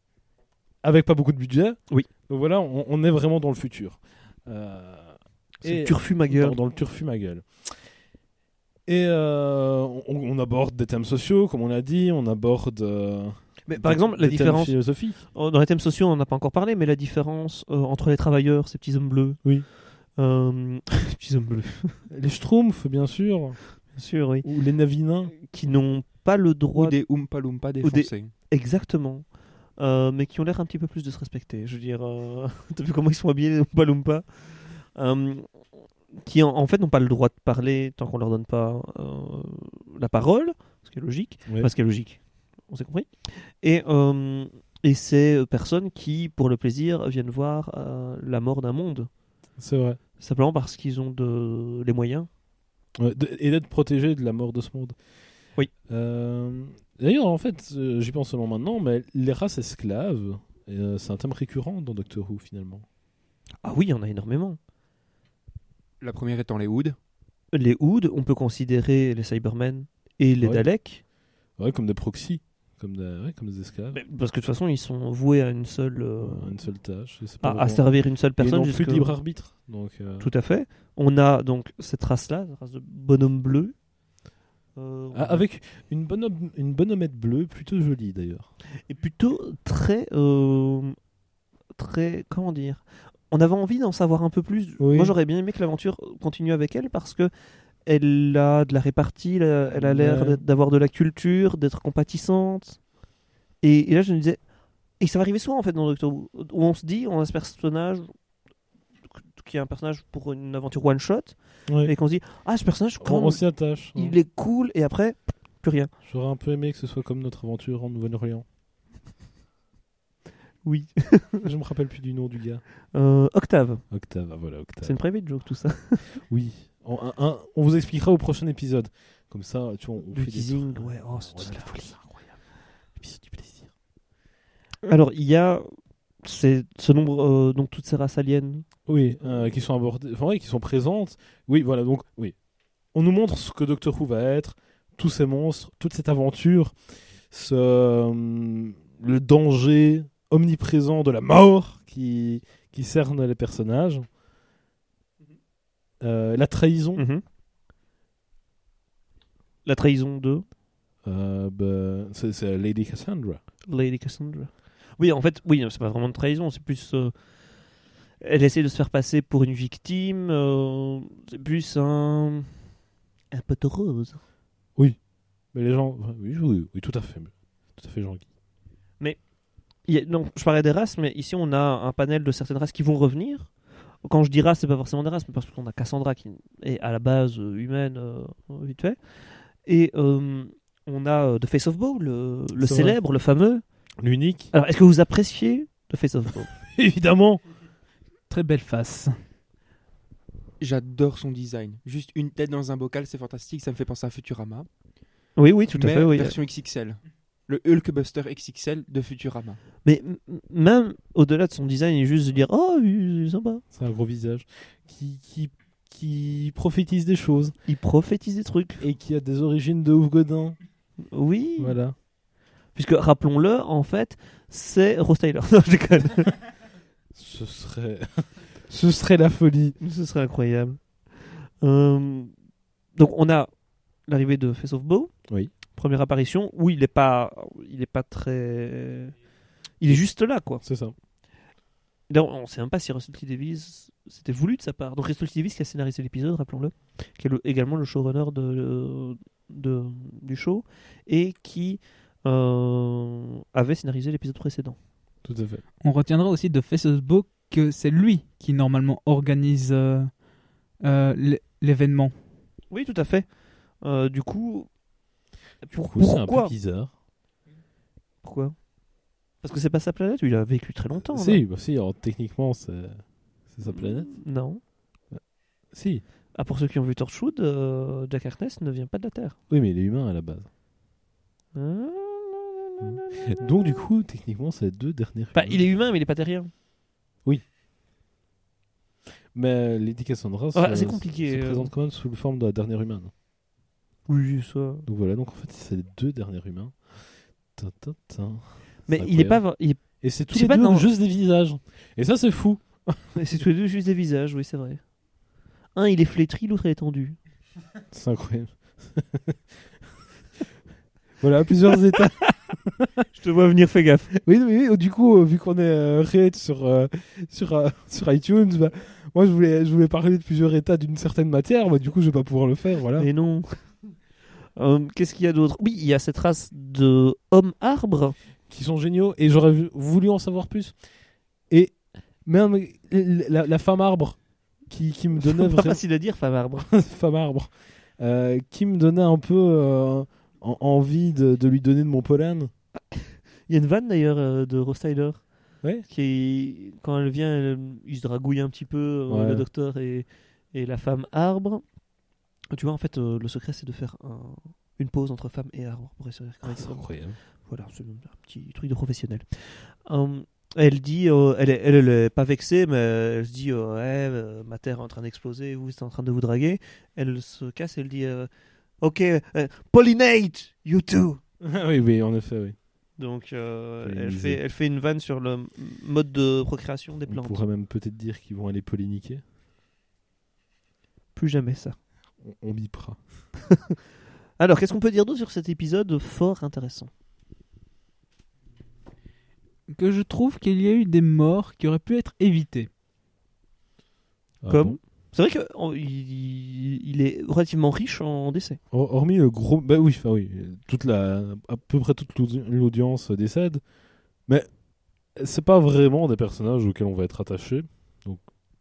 avec pas beaucoup de budget.
Oui.
Donc voilà, on, on est vraiment dans le futur. Euh,
C'est
et-
le turfu ma
dans,
gueule.
dans le turfu ma gueule. Et euh, on, on aborde des thèmes sociaux, comme on l'a dit, on aborde. euh,
Mais par
des-
exemple, la
des thèmes
différence.
philosophiques.
Oh, Dans les thèmes sociaux, on n'en a pas encore parlé, mais la différence euh, entre les travailleurs, ces petits hommes bleus.
Oui.
Euh, les petits hommes bleus,
Les Schtroumpfs, bien sûr,
bien sûr, oui.
ou les Navinins.
Qui n'ont pas le droit.
Ou des Oompa Loompa des
Ou des-
Français.
Exactement. Euh, mais qui ont l'air un petit peu plus de se respecter. Je veux dire, euh, t'as vu comment ils sont habillés, les Oompa Loompa Euh, Qui en, en fait n'ont pas le droit de parler tant qu'on leur donne pas euh, la parole, ce qui est logique.
Ouais.
Enfin, ce qui est logique, on s'est compris. Et, euh, et ces personnes qui, pour le plaisir, viennent voir euh, la mort d'un monde.
C'est vrai.
Simplement parce qu'ils ont de... les moyens.
Ouais, de- et d'être protégé de la mort de ce monde.
Oui.
Euh, D'ailleurs, en fait, euh, j'y pense seulement maintenant, mais les races esclaves, euh, c'est un thème récurrent dans Doctor Who finalement.
Ah oui, il y en a énormément.
La première étant les Wood.
Les Hoods, on peut considérer les Cybermen et les
Ouais.
Daleks.
Ouais, comme des proxys, comme des, ouais, comme des esclaves.
Mais- Parce que de toute façon, ils sont voués à une seule. euh, ah,
Euh, une seule tâche. et c'est pas
à, à
vraiment-
servir une seule
Et ils
personne.
n'ont plus
jusque-
de libre arbitre. Donc, euh,
Tout à fait. On a donc cette race-là, la race de bonhomme bleu. Euh,
ah, avec une, bonhomme, une bonhomette bleue plutôt jolie d'ailleurs.
Et plutôt très. euh, très. Comment dire On avait envie d'en savoir un peu plus.
Oui.
Moi, j'aurais bien aimé que l'aventure continue avec elle parce que. Elle a de la répartie, elle a- elle a l'air
Ouais.
d'être- d'avoir de la culture, d'être compatissante. Et, et là, je me disais. Et ça va arriver souvent, en fait, dans Doctor Who, où on se dit, on a ce personnage qui est un personnage pour une aventure one-shot, et qu'on se dit ah ce personnage
On,
quand
on s'y attache. hein.
il est cool et après plus rien
J'aurais un peu aimé que ce soit comme notre aventure en Nouvelle-Orléans.
oui
Je me rappelle plus du nom du gars.
Euh, Octave
Octave, ah, voilà Octave.
c'est une private joke tout ça
Oui. En- un- un- on vous expliquera au prochain épisode. Comme ça, tu vois, on
du
fait des
teasing
trucs. euh,
ouais oh c'est
Ouais,
de la
c'est
folie
incroyable. Épisode du plaisir.
alors il y a c'est ce nombre euh, donc toutes ces races aliens
Oui, euh, qui sont abordées, enfin, ouais, qui sont présentes. Oui, voilà, donc, oui. On nous montre ce que Doctor Who va être, tous ces monstres, toute cette aventure, ce, euh, le danger omniprésent de la mort qui, qui cerne les personnages, Euh, la trahison.
Mhm. la trahison de
Euh, bah, c'est c'est Lady Cassandra.
Lady Cassandra oui en fait oui c'est pas vraiment une trahison c'est plus euh, elle essaie de se faire passer pour une victime euh, c'est plus un un peu rose
Mais les gens, oui, oui, oui, tout à fait, tout à fait, Jean-Guy.
Il y a- donc, je parlais des races, mais ici on a un panel de certaines races qui vont revenir. Quand je dis race, c'est pas forcément des races, mais parce qu'on a Cassandra qui est à la base euh, humaine, euh, vite fait. Et euh, on a euh, The Face of Bow, le, le
C'est vrai.
célèbre, le fameux.
L'unique,
Alors, est-ce que vous appréciez The Face of Bow
évidemment.
Très belle face.
J'adore son design. Juste une tête dans un bocal, c'est fantastique. Ça me fait penser à Futurama.
Oui, oui, tout à
mais
fait. Oui.
version XXL. Le Hulkbuster XXL de Futurama.
Mais m- même au-delà de son design, il est juste de dire Oh, il est sympa.
C'est un gros visage qui, qui, qui prophétise des choses
Il prophétise des trucs.
et qui a des origines de ouf Godin.
Oui.
Voilà.
Puisque, rappelons-le, en fait, c'est Rose Tyler. Non, je déconne.
Ce serait, ce serait la folie.
Ce serait incroyable. Euh, donc on a l'arrivée de Face of Bow.
Oui.
Première apparition où il n'est pas, il est pas très, il est juste là quoi.
C'est ça.
D'ailleurs, on ne sait même pas si Russell T Davies c'était voulu de sa part. Donc Russell T Davies qui a scénarisé l'épisode, rappelons-le, qui est le- également le showrunner de, de- du show et qui euh, avait scénarisé l'épisode précédent.
Tout à fait.
On retiendra aussi de Facebook que c'est lui qui normalement organise euh, euh, l'é- l'événement.
Oui, tout à fait. Euh, du coup, pour-
c'est un
pourquoi
peu bizarre.
Pourquoi Parce que c'est pas sa planète, il a vécu très longtemps.
Mm. si, bah si alors, techniquement, c'est, c'est sa planète.
Non.
Si.
Ah, pour ceux qui ont vu Torchwood, euh, Jack Harkness ne vient pas de la Terre.
Oui, mais il est humain à la base.
Hein
Donc, du coup, techniquement, c'est les deux dernières.
Bah,
humaines.
il est humain, mais il est pas terrien.
Mais Lady Cassandra se-
Ouais, c'est compliqué,
se
euh.
présente quand même sous la forme de la dernière humaine.
Oui, ça.
Donc voilà, donc en fait, c'est les deux derniers humains. Tin, tin, tin.
Mais
C'est
il est pas.
incroyable.
vra- Il
Et c'est tous
Je sais
les
pas,
deux
non.
juste des visages. Et ça, c'est fou.
est... c'est tous les deux juste des visages, oui, c'est vrai. Un, il est flétri, l'autre, il est tendu.
C'est incroyable. voilà, plusieurs états.
Je te vois venir, fais gaffe.
Oui, non, mais oui, du coup, euh, vu qu'on est euh, raid sur, euh, sur, euh, sur iTunes, bah, moi, je voulais, je voulais parler de plusieurs états d'une certaine matière. Bah, du coup, je vais pas pouvoir le faire. Voilà.
Mais non. Euh, Qu'est-ce qu'il y a d'autre Oui, il y a cette race de hommes-arbres.
qui sont géniaux et j'aurais vu- voulu en savoir plus. Et même la, la femme arbre qui, qui me donnait
Pas
vraiment
facile à dire, femme arbre.
femme arbre euh, qui me donnait un peu euh, en- envie de, de lui donner de mon pollen.
Il y a une vanne d'ailleurs euh, de Rose Tyler.
Ouais.
Qui, quand elle vient, elle- il se dragouille un petit peu, euh,
Ouais.
le docteur et, et la femme arbre. Tu vois, en fait, euh, le secret, c'est de faire un- une pause entre femme et arbre pour essayer de correctement.
incroyable.
Voilà, c'est un petit truc de professionnel. Hum, elle dit, euh, elle, est, elle, elle est pas vexée, mais elle se dit, euh, Ouais, euh, ma terre est en train d'exploser, vous êtes en train de vous draguer. Elle se casse, elle dit, euh, ok, euh, pollinate, you too.
Ah oui, oui, en effet, oui.
Donc, euh, elle,
Polliniser.
fait, elle fait une vanne sur le m- mode de procréation des
On
plantes.
pourrait même peut-être dire qu'ils vont aller polliniquer.
Plus jamais ça.
On, on bipera.
Alors, qu'est-ce qu'on peut dire d'autre sur cet épisode fort intéressant
Que je trouve qu'il y a eu des morts qui auraient pu être évitées.
Ah
Comme
bon
C'est vrai qu'il il il est relativement riche en décès.
Hor- Hormis le gros. Bah oui, enfin oui. Toute la... À peu près toute l'audi- l'audience décède. Mais c'est pas vraiment des personnages auxquels on va être attaché.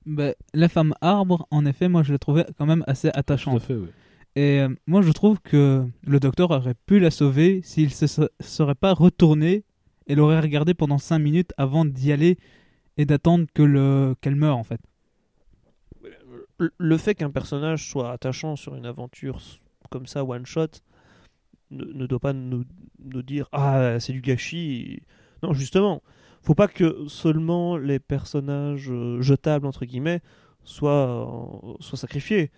Bah, la femme arbre, en effet, moi je la trouvais quand même assez
Tout à
attachante.
fait, oui.
Et euh, moi je trouve que le docteur aurait pu la sauver s'il se se- serait pas retourné et l'aurait regardé pendant 5 minutes avant d'y aller et d'attendre que le qu'elle meure en fait.
le- le fait qu'un personnage soit attachant sur une aventure s- comme ça, one shot, ne, ne doit pas nous, nous dire Ah, c'est du gâchis. Non, justement, faut pas que seulement les personnages euh, jetables, entre guillemets, soient, euh, soient sacrifiés.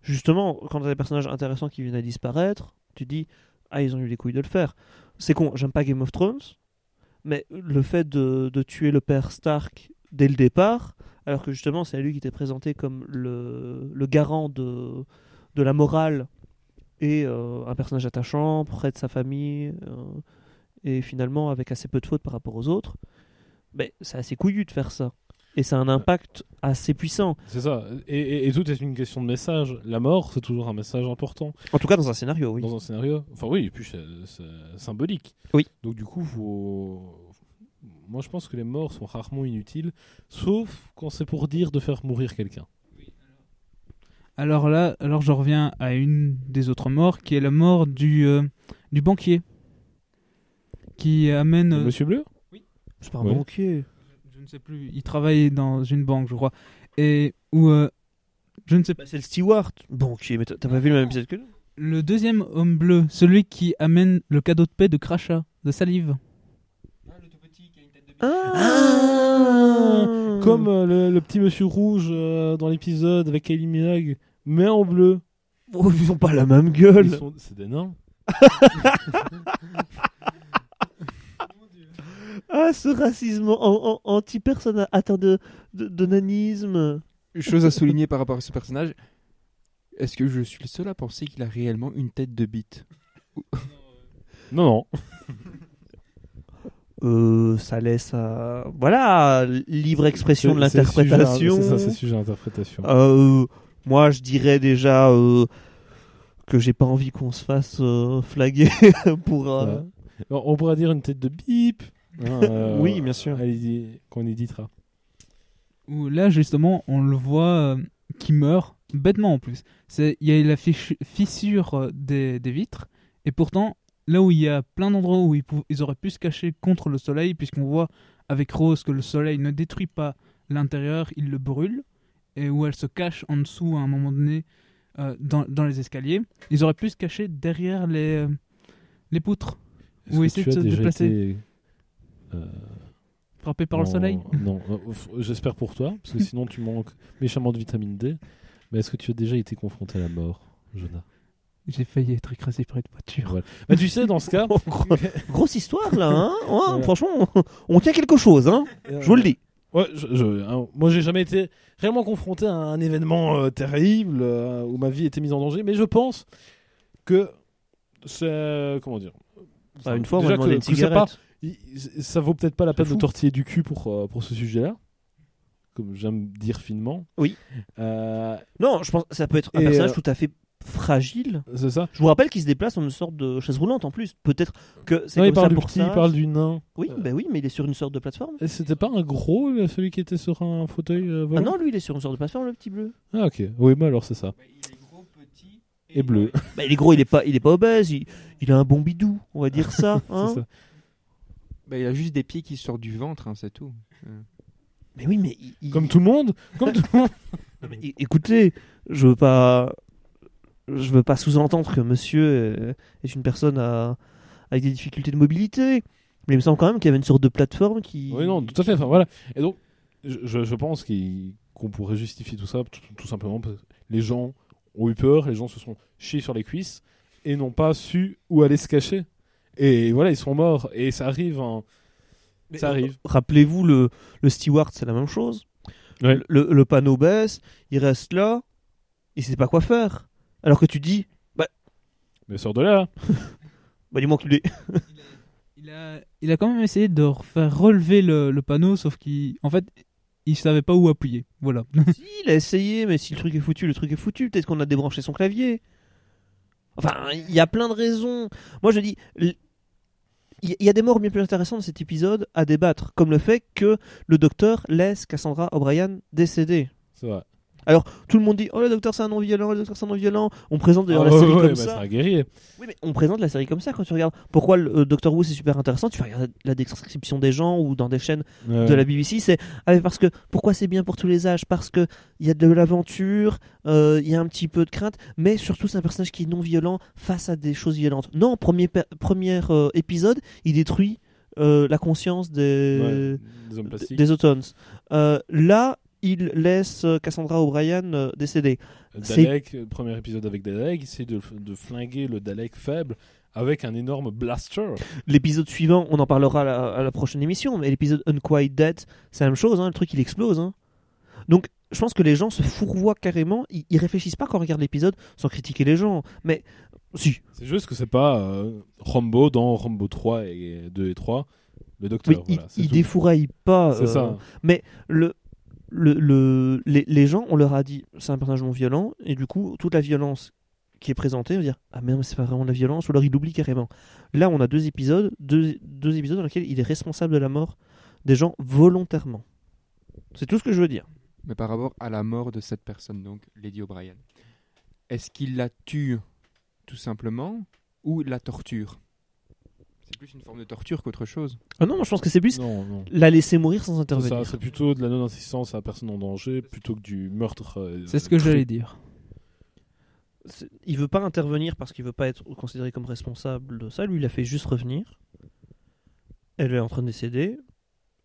Justement, quand t'as des personnages intéressants qui viennent à disparaître, tu dis Ah, ils ont eu les couilles de le faire. C'est con, j'aime pas Game of Thrones, mais le fait de, de tuer le père Stark dès le départ, alors que justement c'est lui qui était présenté comme le, le garant de, de la morale et euh, un personnage attachant, près de sa famille, euh, et finalement avec assez peu de fautes par rapport aux autres, mais c'est assez couillu de faire ça. Et ça a un impact assez puissant,
C'est ça. Et, et- et tout est une question de message. La mort, c'est toujours un message important
en tout cas dans un scénario, oui.
dans un scénario. Enfin, oui, et puis c'est c'est symbolique.
Oui.
Donc, du coup, faut... moi, je pense que les morts sont rarement inutiles, sauf quand c'est pour dire de faire mourir quelqu'un.
Alors là, alors je reviens à une des autres morts qui est la mort du euh, du banquier qui amène euh,
Monsieur Bleu
C'est pas un
Ouais.
banquier.
je ne sais plus, il travaillait dans une banque, je crois. Et où euh, je ne sais pas
Bah, c'est le steward. Banquier, mais t'as t'as pas vu le même épisode que nous
le deuxième homme bleu, celui qui amène le cadeau de paix de crachat, de salive.
Ah
Ah Comme euh, le, le petit monsieur rouge euh, dans l'épisode avec Kylie Minogue, mais en bleu.
Oh, ils ont pas la même
Ils
gueule.
sont- C'est des nains.
Ah, ce racisme an- an- anti-personne atteint de, de, de nanisme.
Chose à souligner par rapport à ce personnage, est-ce que je suis le seul à penser qu'il a réellement une tête de bite
Non, non.
Euh, ça laisse à- voilà libre expression de
C'est- c'est sujet à-
l'interprétation.
C'est ça, c'est sujet à interprétation.
Euh, moi, je dirais déjà euh, que j'ai pas envie qu'on se fasse euh, flaguer pour. euh,
Ouais. Alors, on pourra dire une tête de bip. hein, euh,
Oui, bien sûr.
elle dit- Qu'on éditera.
Où là, justement, on le voit euh, qui meurt, bêtement en plus. C'est- Il y a la fichu- fissure euh, des, des vitres, et pourtant, là où il y a plein d'endroits où ils, pou- ils auraient pu se cacher contre le soleil, puisqu'on voit avec Rose que le soleil ne détruit pas l'intérieur, il le brûle, et où elle se cache en dessous à un moment donné euh, dans, dans les escaliers, ils auraient pu se cacher derrière les, euh, les poutres,
Est-ce
Oui,
que
essayer
tu
de
as
se
déjà
déplacer.
été, euh,
frappées par le
en-
soleil.
Non, euh, f- j'espère pour toi, parce que sinon tu manques méchamment de vitamine D. Mais est-ce que tu as déjà été confronté à la mort, Jonah
J'ai failli être écrasé par une voiture.
Voilà. Bah, tu sais, dans ce cas,
Grosse histoire là, hein Ouais,
Voilà.
Franchement, on, on tient quelque chose, hein Je vous le dis.
euh, Ouais, je- je- hein, moi, j'ai jamais été réellement confronté à un événement euh, terrible euh, où ma vie était mise en danger, mais je pense que c'est comment dire.
Bah, une fois, on
Déjà
m'a demandé
que-
une
que c'est pas-
cigarette.
il- ça vaut peut-être pas la
C'est
peine
fou.
de tortiller du cul pour euh, pour ce sujet-là, comme j'aime dire finement.
Oui.
Euh,
Non, je pense que ça peut être un
Et,
personnage
euh,
tout à fait fragile.
c'est ça.
Je vous rappelle qu'il se déplace en une sorte de chaise roulante en plus. Peut-être que c'est
Non, il
comme ça
parle du
pour
petit,
ça.
il parle du nain.
Oui, bah oui, mais il est sur une sorte de plateforme.
Et C'était pas un gros là, celui qui était sur un fauteuil euh,
Ah
volant
non, lui, il est sur une sorte de plateforme, le petit bleu.
Ah, ok. Oui, mais alors c'est ça.
Il est gros, petit
Et bleu.
Bah, il est gros, il est pas, il est pas obèse. Il, il a un bon bidou, on va dire ça. hein.
c'est ça.
Bah, il a juste des pieds qui sortent du ventre, hein, c'est tout.
Mais oui, mais il- il-
Comme tout le monde. Comme tout le monde.
Non, mais é- écoutez, je veux pas, je veux pas sous-entendre que Monsieur euh, est une personne à- avec des difficultés de mobilité, mais il me semble quand même qu'il y avait une sorte de plateforme qui.
Oui, non, tout à fait. Enfin, voilà. Et donc, je, je- je pense qu'il- qu'on pourrait justifier tout ça tout, tout simplement parce que les gens ont eu peur, les gens se sont chiés sur les cuisses et n'ont pas su où aller se cacher. Et voilà, ils sont morts. Et ça arrive. hein.
Mais,
Ça arrive.
euh, Rappelez-vous le le steward, c'est la même chose.
Ouais.
Le- Le, le panneau baisse, il reste là, il sait pas quoi faire. Alors que tu dis,
Mais sors de là. hein.
bah dis-moi qu'il est.
Il a, il a quand même essayé de faire relever le, le panneau, sauf qu'il, en fait, il savait pas où appuyer. Voilà.
Si, il a essayé, mais si le truc est foutu, le truc est foutu. Peut-être qu'on a débranché son clavier. Enfin, il y a plein de raisons. Moi, je dis, l- il y- il y a des morts bien plus intéressantes dans cet épisode à débattre, comme le fait que le docteur laisse Cassandra O'Brien décédée.
C'est vrai.
Tout le monde dit, oh le docteur c'est un non-violent, le docteur c'est un non-violent. On présente d'ailleurs la
Ah, ouais,
série
ouais,
comme
bah,
ça.
C'est un guerrier.
Oui, mais on présente la série comme ça quand tu regardes. Pourquoi le Docteur Who c'est super intéressant Tu vas regarder la description des gens ou dans des chaînes
Ouais.
de la BBC, c'est ah, mais parce que pourquoi c'est bien pour tous les âges Parce que il y a de l'aventure, euh, il y a un petit peu de crainte, mais surtout c'est un personnage qui est non violent face à des choses violentes. Non, premier pe- premier euh, épisode, il détruit euh, la conscience des
Ouais, des hommes plastiques.
des Autons. Euh, là, il laisse euh, Cassandra O'Brien euh, décédée. c'est-
Dalek, euh, premier épisode avec Dalek, essaye de, de flinguer le Dalek faible avec un énorme blaster.
L'épisode suivant, on en parlera à la, à la prochaine émission, mais l'épisode Unquiet Dead, c'est la même chose, hein, le truc il explose. hein. Donc je pense que les gens se fourvoient carrément, ils, ils réfléchissent pas quand ils regardent l'épisode sans critiquer les gens. Mais si,
C'est juste que c'est pas euh, Rambo dans Rambo 3 et 2 et 3, le
oui,
docteur.
ils,
voilà, c'est
ils
tout.
défouraillent pas.
C'est
euh,
ça.
Le, le, le- les, les gens, on leur a dit c'est un personnage non violent, et du coup, toute la violence qui est présentée, on va dire ah mais non, mais c'est pas vraiment de la violence, ou alors il oublie carrément. Là, on a deux épisodes, deux, deux épisodes dans lesquels il est responsable de la mort des gens volontairement. C'est tout ce que je veux dire.
Mais par rapport à la mort de cette personne, donc Lady O'Brien, est-ce qu'il la tue tout simplement ou la torture C'est plus une forme de torture qu'autre chose.
Ah non, moi, je pense que c'est plus
Non, non.
la laisser mourir sans
C'est
intervenir.
ça, C'est plutôt de la non-assistance à personne en danger plutôt que du meurtre. euh,
C'est ce que
très-
j'allais dire.
C'est- Il veut pas intervenir parce qu'il veut pas être considéré comme responsable de ça. Lui, il a fait juste revenir. Elle est en train de décéder.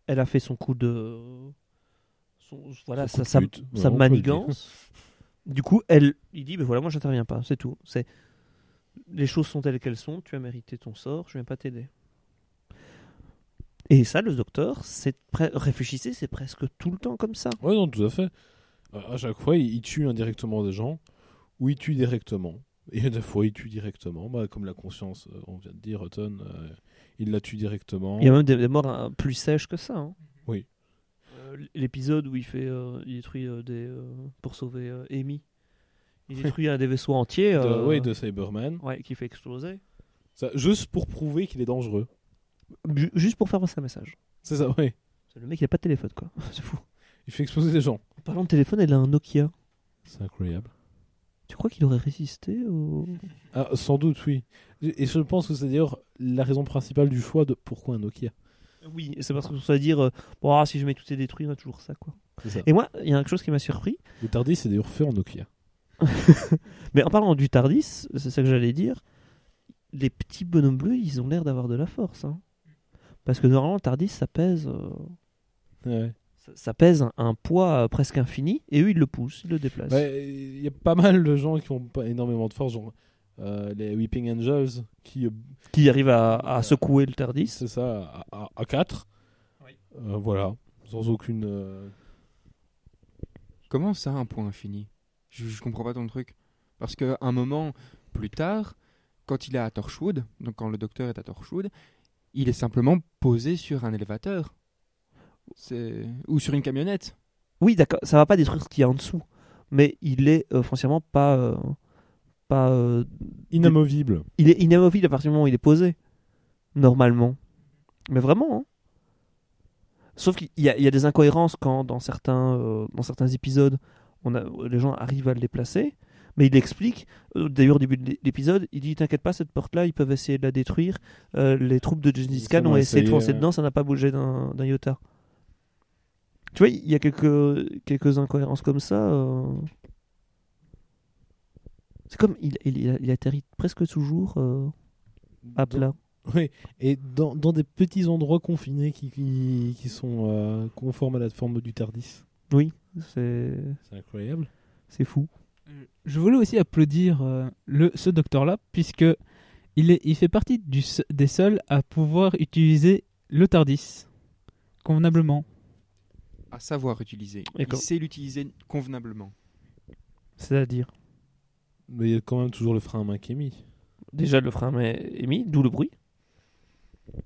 Elle a fait son coup de. son- voilà,
Son coup
sa,
de
sa-
pute.
sa
Ouais, on peut le
manigance. Du coup, elle, il dit ben voilà, moi j'interviens pas, c'est tout. C'est Les choses sont telles qu'elles sont, tu as mérité ton sort, je viens pas t'aider. Et ça, le docteur, c'est pre- réfléchissez, c'est presque tout le temps comme ça.
Ouais, non, tout à fait. À à chaque fois, il il tue indirectement des gens ou il tue directement. Et des fois, il tue directement, bah, comme la conscience, euh, on vient de dire, Hutton, euh, il la tue directement.
Il y a même des, des morts hein, plus sèches que ça. hein.
Oui.
Euh, L'épisode où il fait, euh, il détruit euh, des euh, pour sauver euh, Amy, il détruit un des vaisseaux entiers,
de,
euh,
ouais, de Cyberman.
ouais, qui fait exploser,
Ça, juste pour prouver qu'il est dangereux.
Ju- juste pour faire passer un message.
C'est ça, oui.
C'est le mec il a pas de téléphone quoi, c'est fou.
Il fait exploser des gens.
En parlant de téléphone, elle a un Nokia.
C'est incroyable.
Tu crois qu'il aurait résisté au...
Ah, sans doute, oui. Et je pense que c'est d'ailleurs la raison principale du choix de pourquoi un Nokia.
Oui, c'est parce qu'on va dire, euh, bon ah, si jamais tout est détruit, on a toujours ça quoi.
C'est ça.
Et moi, il y a quelque chose qui m'a surpris.
Le Tardis, c'est d'ailleurs fait en Nokia.
Mais en parlant du Tardis, c'est ça que j'allais dire. Les petits bonhommes bleus, ils ont l'air d'avoir de la force. hein. Parce que normalement, le Tardis, ça pèse, euh,
Ouais.
ça, ça pèse un, un poids euh, presque infini. Et eux, ils le poussent, ils le déplacent.
Bah, Il y a pas mal de gens qui ont pas énormément de force, genre euh, les Weeping Angels, qui, euh,
Qui arrivent à, à secouer le Tardis.
c'est ça, à, 4.
Oui.
voilà, sans aucune. euh,
Comment ça, un point infini je, je comprends pas ton truc. Parce que un moment plus tard, quand il est à Torchwood, donc quand le docteur est à Torchwood, il est simplement posé sur un élévateur. C'est... Ou sur une camionnette.
Oui, d'accord, ça va pas détruire ce qu'il y a en dessous. Mais il est euh, foncièrement pas. euh, pas euh,
Inamovible.
il est inamovible à partir du moment où il est posé. Normalement. Mais vraiment, hein. Sauf qu'il y, a- il y a des incohérences quand, dans certains, euh, dans certains épisodes, on a, les gens arrivent à le déplacer. Mais il explique, euh, d'ailleurs au début de l'é- l'épisode, il dit T'inquiète pas, cette porte-là, ils peuvent essayer de la détruire. Euh, les troupes de Gengis
Ils
Khan
ont
ont essayé de
essayé,
foncer
ouais.
dedans, ça n'a pas bougé d'un d'un iota. Tu vois, il y a quelques, quelques incohérences comme ça. euh. C'est comme il, il, il a- il atterrit presque toujours. euh, à
Dans-
plat.
Oui, et dans, dans des petits endroits confinés qui, qui, qui sont euh, conformes à la forme du Tardis.
C'est
C'est incroyable.
c'est fou.
Je voulais aussi applaudir euh, le, ce docteur-là, puisque il, est, il fait partie du, se- des seuls à pouvoir utiliser le TARDIS convenablement.
À savoir utiliser.
Et quand-
Il sait l'utiliser convenablement.
C'est-à-dire
Mais il y a quand même toujours le frein à main qui est mis.
Déjà, le frein est est mis, d'où le bruit.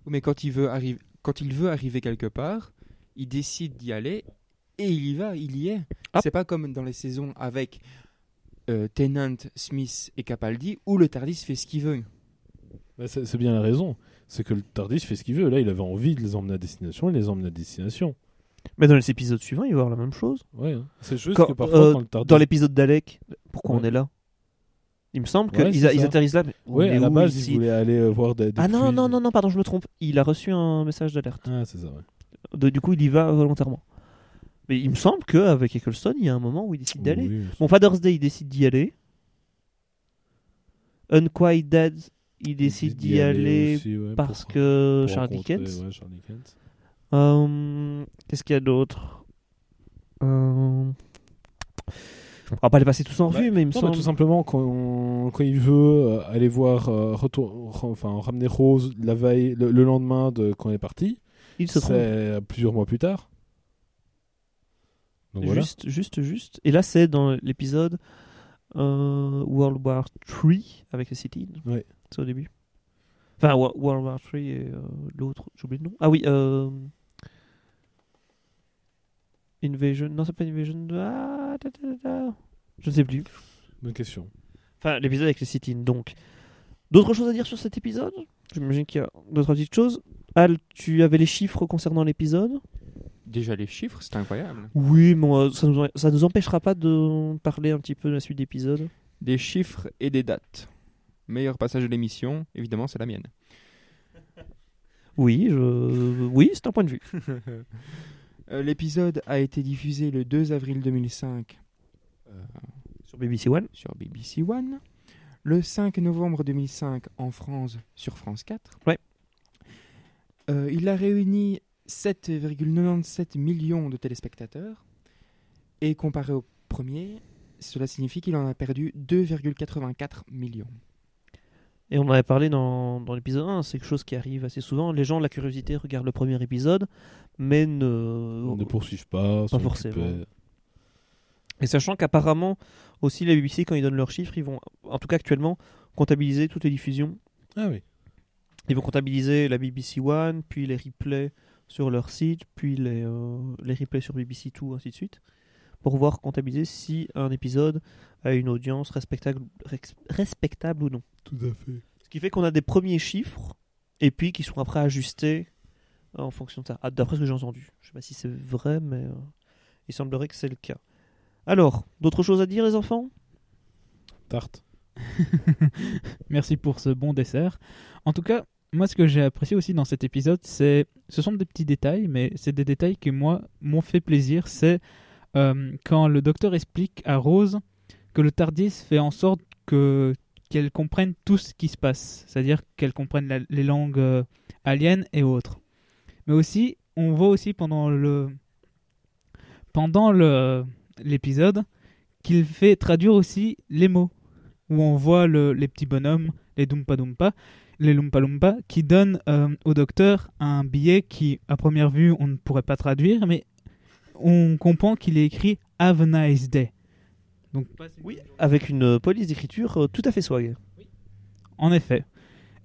Mais quand il veut, arriver, quand il veut arriver quelque part, il décide d'y aller et il y va, il y est.
Ah.
C'est pas comme dans les saisons avec euh, Tennant, Smith et Capaldi où le Tardis fait ce qu'il veut.
Bah, c'est c'est bien la raison. C'est que le Tardis fait ce qu'il veut. Là, il avait envie de les emmener à destination, il les emmène à destination.
Mais dans les épisodes suivants, il va y avoir la même chose.
Ouais, hein. c'est juste
Quand-
que parfois,
euh,
quand le Tardis.
Dans l'épisode d'Alec, pourquoi on
Ouais.
est là Il me semble
Ouais,
qu'ils
c'est
a- ils
ça.
atterrissent là. Mais on
Ouais,
est
à la
où
base,
ici
il voulait aller euh, voir des. des
Ah non,
puits.
non, non, non, pardon, je me trompe. Il a reçu un message d'alerte.
Ah, c'est ça, ouais.
De- Du coup, il y va volontairement. Mais il me semble qu'avec Eccleston, il y a un moment où il décide d'aller.
Oui,
Bon, Father's Day, il décide d'y aller. Unquiet Dad, il
il
décide d'y aller,
aussi, ouais,
parce
pour-
que
pour
Charles
rencontrer,
Dickens.
ouais, Charles Dickens.
Euh, Qu'est-ce qu'il y a d'autre Euh, On va pas les passer tous en
Bah,
revue, mais il me
Non, mais
semble.
tout simplement, quand, on- quand il veut euh, aller voir, euh, retour- ra- enfin, ramener Rose la veille, le, le lendemain de quand on est parti,
Il se
c'est
trompe.
euh, plusieurs mois plus tard. Donc voilà.
Juste, juste, juste. Et là, c'est dans l'épisode euh, World War 3 avec les City.
Ouais.
C'est au début. Enfin, Wo- World War 3 et euh, l'autre, j'oublie le nom. Ah oui, euh, Invasion. Non, c'est pas Invasion. Ah, da, da, da, da. Je ne sais plus.
Bonne question.
Enfin, l'épisode avec les sit donc. D'autres choses à dire sur cet épisode J'imagine qu'il y a d'autres petites choses. Al, tu avais les chiffres concernant l'épisode
Déjà les chiffres, c'est incroyable.
Oui, mais on va- ça nous, ça nous empêchera pas de parler un petit peu de la suite d'épisode.
Des chiffres et des dates. Meilleur passage de l'émission, évidemment, c'est la mienne.
Oui, je... oui c'est un point de vue.
Euh, L'épisode a été diffusé le 2 avril 2005
Sur BBC One
sur BBC One, le 5 novembre 2005 en France sur France 4.
Ouais.
Euh, il a réuni 7,97 millions de téléspectateurs et comparé au premier, cela signifie qu'il en a perdu 2,84 millions.
Et on en avait parlé dans, dans l'épisode 1, c'est quelque chose qui arrive assez souvent. Les gens, la curiosité, regardent le premier épisode, mais ne.
On ne poursuivent pas.
Pas forcément. Et sachant qu'apparemment, aussi la BBC, quand ils donnent leurs chiffres, ils vont, en tout cas actuellement, comptabiliser toutes les diffusions
Ah oui.
Ils vont comptabiliser la BBC One, puis les replays sur leur site, puis les, euh, les replays sur BBC Two, ainsi de suite, pour voir comptabiliser si un épisode a une audience respectable, rex- respectable ou non.
Tout à fait.
Ce qui fait qu'on a des premiers chiffres, et puis qui sont après ajustés euh, en fonction de ça. Ah, D'après ce que j'ai entendu. Je sais pas si c'est vrai, mais euh, il semblerait que c'est le cas. Alors, d'autres choses à dire, les enfants
Tarte.
Merci pour ce bon dessert. En tout cas, moi, ce que j'ai apprécié aussi dans cet épisode, c'est, ce sont des petits détails, mais c'est des détails qui moi m'ont fait plaisir. C'est euh, quand le docteur explique à Rose que le Tardis fait en sorte que qu'elle comprenne tout ce qui se passe, c'est-à-dire qu'elle comprenne la- les langues euh, aliens et autres. Mais aussi, on voit aussi pendant le pendant le l'épisode qu'il fait traduire aussi les mots, où on voit le- les petits bonhommes, les Doompa Doompa, les Loompa Loompa, qui donnent euh, au docteur un billet qui, à première vue, on ne pourrait pas traduire, mais on comprend qu'il est écrit Have a nice day. Donc,
Oui, avec une euh, police d'écriture euh, tout à fait swag.
En effet.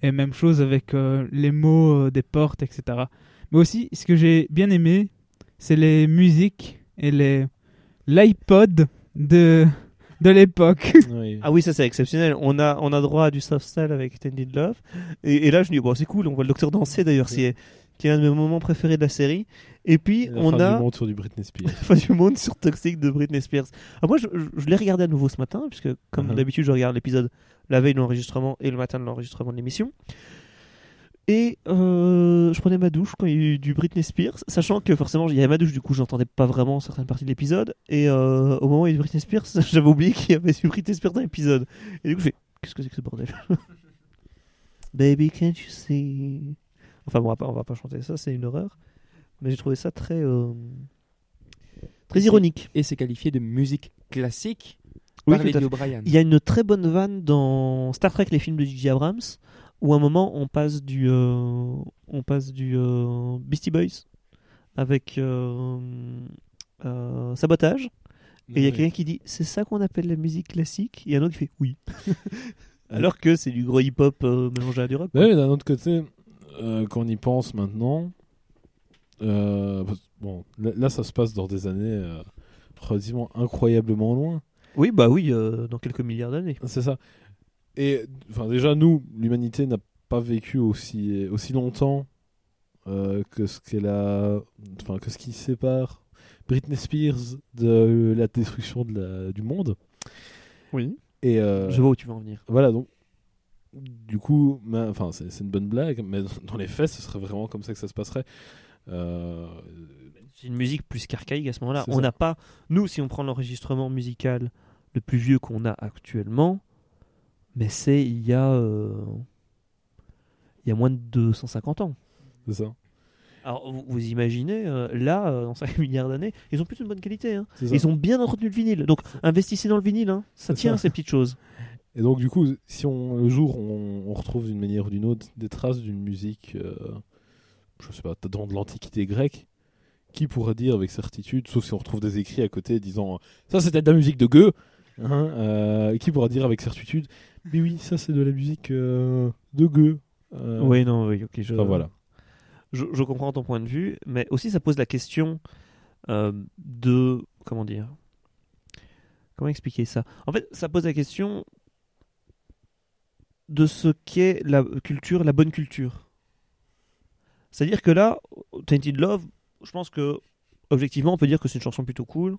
Et même chose avec euh, les mots euh, des portes, etc. Mais aussi, ce que j'ai bien aimé, c'est les musiques et les l'iPod de de l'époque.
Oui.
Ah oui, ça c'est exceptionnel. On a, on a droit à du soft style avec Tended Love. Et, et là, je me dis, bon, c'est cool, on voit le docteur danser d'ailleurs,
Oui.
c'est- qui est un de mes moments préférés de la série. Et puis,
La
on
fin
a
du monde autour du Britney Spears.
fin du monde sur Toxic de Britney Spears. Ah, moi, je, je- je l'ai regardé à nouveau ce matin, puisque comme
Mhm.
d'habitude, je regarde l'épisode la veille de l'enregistrement et le matin de l'enregistrement de l'émission. Et euh, je prenais ma douche quand il y a eu du Britney Spears, sachant que forcément il y avait ma douche, du coup j'entendais pas vraiment certaines parties de l'épisode. Et euh, au moment où il y a eu Britney Spears, j'avais oublié qu'il y avait du Britney Spears dans l'épisode. Et du coup je fais Qu'est-ce que c'est que ce bordel Baby, can't you see Enfin bon, on va pas, on va pas chanter ça, c'est une horreur. Mais j'ai trouvé ça très. euh, très ironique.
Et c'est qualifié de musique classique
Oui, tout
par
à
Lady
fait.
O'Brien.
Il y a une très bonne vanne dans Star Trek, les films de J.J. Abrams, où à un moment on passe du, euh, on passe du euh, Beastie Boys avec euh, euh, Sabotage, et il y a quelqu'un qui dit c'est ça qu'on appelle la musique classique, et un autre qui fait oui. Alors que c'est du gros hip-hop euh, mélangé à du rock.
Ouais, mais d'un autre côté, euh, quand on y pense maintenant, euh, parce- bon, là, là, ça se passe dans des années euh, relativement incroyablement loin.
Oui, bah oui, euh, dans quelques milliards d'années.
C'est ça. Et enfin, déjà, nous, l'humanité n'a pas vécu aussi, aussi longtemps euh, que ce qu'elle a, enfin, que ce qui sépare Britney Spears de la destruction de la- du monde.
Oui.
Et euh,
Je vois où tu veux en venir.
voilà donc. Du coup, ma- enfin, c'est c'est une bonne blague, mais dans les faits, ce serait vraiment comme ça que ça se passerait. Euh,
C'est une musique plus qu'archaïque à ce moment-là.
C'est
On
ça.
n'a pas, nous, si on prend l'enregistrement musical le plus vieux qu'on a actuellement, mais c'est il y a, euh, il y a moins de 250 ans.
C'est ça.
Alors vous, vous imaginez, euh, là, euh, dans 5 milliards d'années, ils ont plus une bonne qualité. hein.
c'est ça.
Ils ont bien entretenu le vinyle. Donc investissez dans le vinyle, hein. ça
C'est
tient
ça.
ces petites choses.
Et donc, du coup, si on, le jour on, on retrouve d'une manière ou d'une autre des traces d'une musique, euh, je sais pas, dans de l'antiquité grecque, qui pourra dire avec certitude, sauf si on retrouve des écrits à côté disant euh, ça c'était de la musique de Gueux, hein, euh, qui pourra dire avec certitude, mais oui, ça c'est de la musique euh, de Gueux. Euh,
Oui, non, oui, ok, je,
Enfin voilà.
je, je comprends ton point de vue, mais aussi ça pose la question euh, de. Comment dire Comment expliquer ça En fait, ça pose la question de ce qu'est la culture, la bonne culture. C'est-à-dire que là, Tainted Love, je pense que, objectivement, on peut dire que c'est une chanson plutôt cool.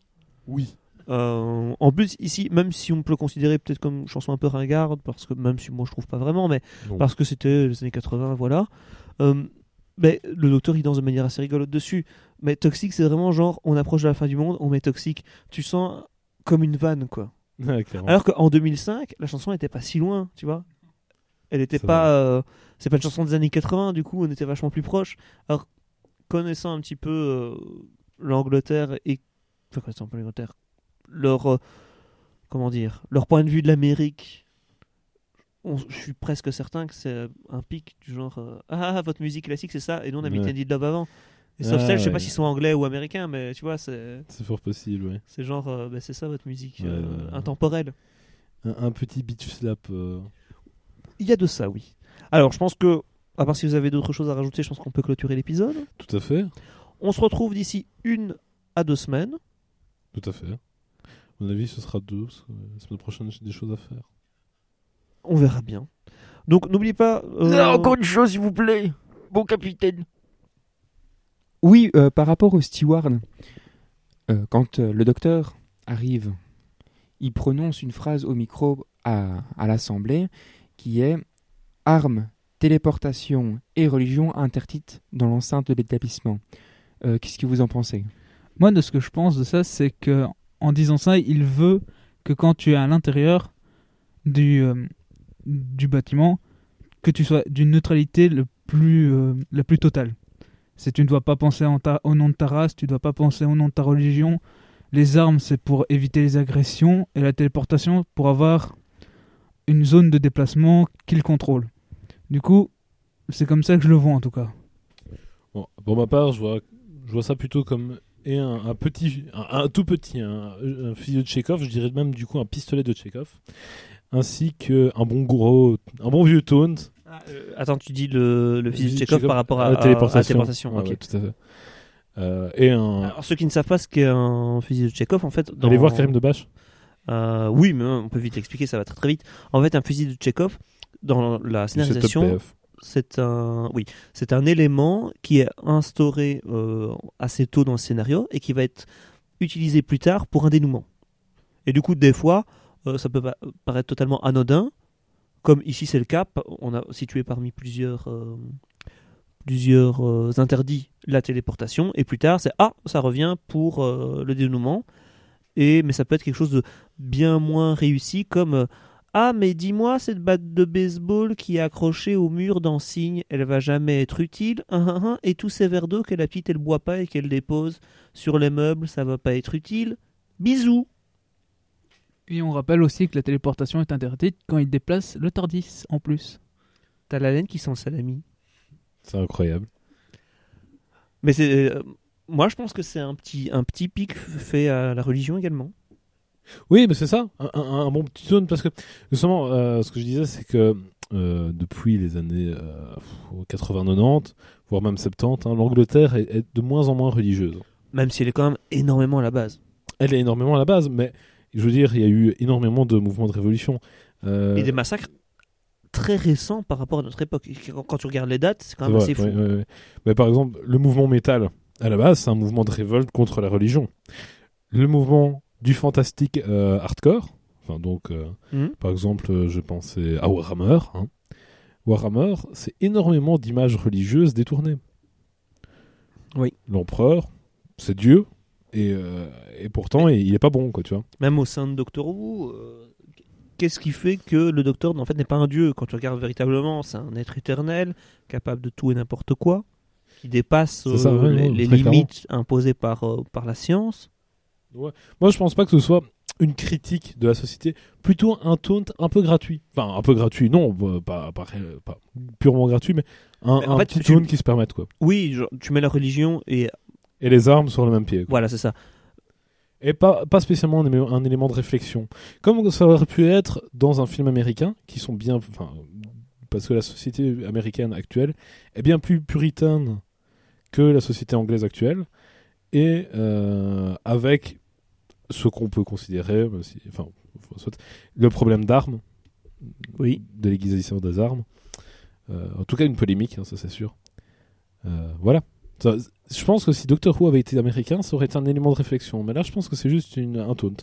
Oui.
Euh, en plus, ici, même si on peut le considérer peut-être comme une chanson un peu ringarde, parce que même si moi je trouve pas vraiment, mais
Non.
parce que c'était les années 80, voilà. Euh, mais le docteur il danse de manière assez rigolote dessus. Mais toxique, c'est vraiment genre on approche de la fin du monde, on met toxique. Tu sens comme une vanne quoi.
Ouais, Ah, clairement.
Alors qu'en 2005, la chanson n'était pas si loin, tu vois. Elle n'était
C'est
pas. euh, c'est pas une chanson des années 80, du coup, on était vachement plus proche. Alors, connaissant un petit peu euh, l'Angleterre et. Enfin, connaissant un peu l'Angleterre, leur. euh, comment dire Leur point de vue de l'Amérique. on- Je suis presque certain que c'est euh, un pic du genre euh, Ah, votre musique classique, c'est ça, et nous on a mis
Ouais.
Teddy Love avant. Et sauf
Ah,
celle, je sais
ouais.
pas s'ils sont anglais ou américains, mais tu vois, c'est
C'est fort possible, ouais.
c'est genre, euh, bah, c'est ça votre musique
Ouais,
euh,
ouais, ouais.
intemporelle.
Un, un petit bitch slap. euh,
Il y a de ça, oui. Alors, je pense que, à part si vous avez d'autres choses à rajouter, je pense qu'on peut clôturer l'épisode.
Tout à fait.
On se retrouve d'ici une à deux semaines.
Tout à fait. À mon avis, ce sera deux. parce que, euh, La semaine prochaine, j'ai des choses à faire.
On verra bien. Donc, n'oubliez pas. euh,
une chose, s'il vous plaît, bon capitaine. Oui, euh, par rapport au steward, euh, quand euh, le docteur arrive, il prononce une phrase au micro à, à l'assemblée qui est Arme, téléportation et religion interdites dans l'enceinte de l'établissement. Euh, Qu'est-ce que vous en pensez
Moi, de ce que je pense de ça, c'est que en disant ça, il veut que quand tu es à l'intérieur du, euh, du bâtiment, que tu sois d'une neutralité le plus, euh, la plus totale. C'est tu ne dois pas penser en ta- au nom de ta race, tu ne dois pas penser au nom de ta religion. Les armes, c'est pour éviter les agressions et la téléportation pour avoir une zone de déplacement qu'il contrôle. Du coup, c'est comme ça que je le vois en tout cas.
Bon, pour ma part, je vois, je vois ça plutôt comme et un, un petit, un, un tout petit, un, un fusil de Chekhov, je dirais même du coup un pistolet de Chekhov, ainsi que un bon gros, un bon vieux taunt.
Attends, tu dis le, le fusil de
Fusil
Chekhov par rapport à, à- à la téléportation.
téléportation. Ouais,
ok.
ouais, tout à fait. Euh, et un.
Alors, ceux qui ne savent pas ce qu'est un fusil de Chekhov, en fait. Dans...
Allez voir Karim Debache.
Euh, oui, mais on peut vite l'expliquer, ça va très très vite. En fait, un fusil de Chekhov, dans la
du setup
scénarisation,
PF.
c'est un, oui, c'est un élément qui est instauré euh, assez tôt dans le scénario et qui va être utilisé plus tard pour un dénouement. Et du coup, des fois, euh, ça peut pa- paraître totalement anodin, comme ici c'est le cas. pa- On a situé parmi plusieurs, euh, plusieurs euh, interdits la téléportation, et plus tard, c'est ah, ça revient pour euh, le dénouement. Et mais ça peut être quelque chose de bien moins réussi, comme euh, ah, mais dis-moi, cette batte de baseball qui est accrochée au mur d'Ansigne, elle va jamais être utile. Hein, hein, hein. et tous ces verres d'eau que la petite elle boit pas et qu'elle dépose sur les meubles, ça va pas être utile. Bisous.
Et on rappelle aussi que la téléportation est interdite quand il déplace le Tardis en plus.
T'as la laine qui sent le salami.
C'est incroyable.
Mais c'est, euh, moi je pense que c'est un petit, un petit pic fait à la religion également.
Oui, mais c'est ça, un, un- un bon petit taunt, parce que justement, euh, ce que je disais, c'est que euh, depuis les années euh, 80-90, voire même 70, hein, l'Angleterre est- est de moins en moins religieuse.
Même si elle est quand même énormément à la base.
elle est énormément à la base, mais je veux dire, il y a eu énormément de mouvements de révolution. Euh,
Et des massacres très récents par rapport à notre époque. Et Quand quand tu regardes les dates, c'est quand
c'est
même
vrai,
assez fou.
ouais, ouais, ouais. Mais par exemple, le mouvement métal, à la base, c'est un mouvement de révolte contre la religion. Le mouvement du fantastique euh, hardcore, enfin donc, euh,
Mhm.
par exemple, euh, je pensais à Warhammer. hein. Warhammer, c'est énormément d'images religieuses détournées.
Oui.
L'empereur, c'est Dieu, et, euh, et pourtant, il il est pas bon, quoi, tu vois.
même au sein de Doctor Who, euh, qu'est-ce qui fait que le Docteur en fait n'est pas un dieu quand tu regardes véritablement, c'est un être éternel capable de tout et n'importe quoi, qui dépasse
C'est
euh,
ça, ouais,
les,
ouais,
les
très
limites imposées par euh, par la science.
Moi, je pense pas que ce soit une critique de la société, plutôt un taunt un peu gratuit. Enfin, un peu gratuit, non, bah, pas, pas, euh, pas purement gratuit, mais un,
Mais en
un
fait,
petit
tu-
taunt qui se permette, quoi.
Oui, genre, tu mets la religion et
Et les armes sur le même pied. quoi.
voilà, c'est ça.
Et pas, pas spécialement un, élément- un élément de réflexion. Comme ça aurait pu être dans un film américain, qui sont bien. Enfin, parce que la société américaine actuelle est bien plus puritaine que la société anglaise actuelle. Et euh, avec ce qu'on peut considérer, même si- enfin, soit- le problème d'armes,
Oui.
de l'aiguisation des armes. Euh, en tout cas, une polémique, hein, ça c'est sûr. Euh, voilà. Ça, je pense que si Doctor Who avait été américain, ça aurait été un élément de réflexion. Mais là, je pense que c'est juste une, un taunt.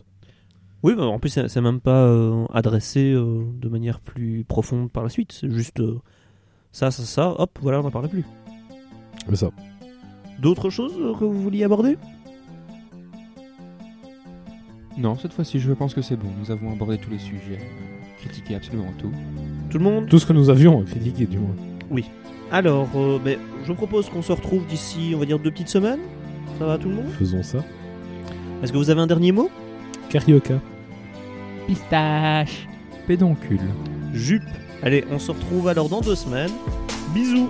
Oui, bah, en plus c'est c'est même pas euh, adressé euh, de manière plus profonde par la suite, c'est juste euh, ça, ça, ça, hop, voilà, on n'en parle plus.
Mais ça.
D'autres choses euh, que vous vouliez aborder
Non, cette fois-ci, je pense que c'est bon. Nous avons abordé tous les sujets, critiqué absolument tout.
Tout le monde
Tout ce que nous avions critiqué, du moins.
Alors, euh, mais je propose qu'on se retrouve d'ici, on va dire, deux petites semaines. Ça va tout le monde
Faisons ça.
Est-ce que vous avez un dernier mot
Carioca.
Pistache
Pédoncule.
Jupe. Allez, on se retrouve alors dans deux semaines. Bisous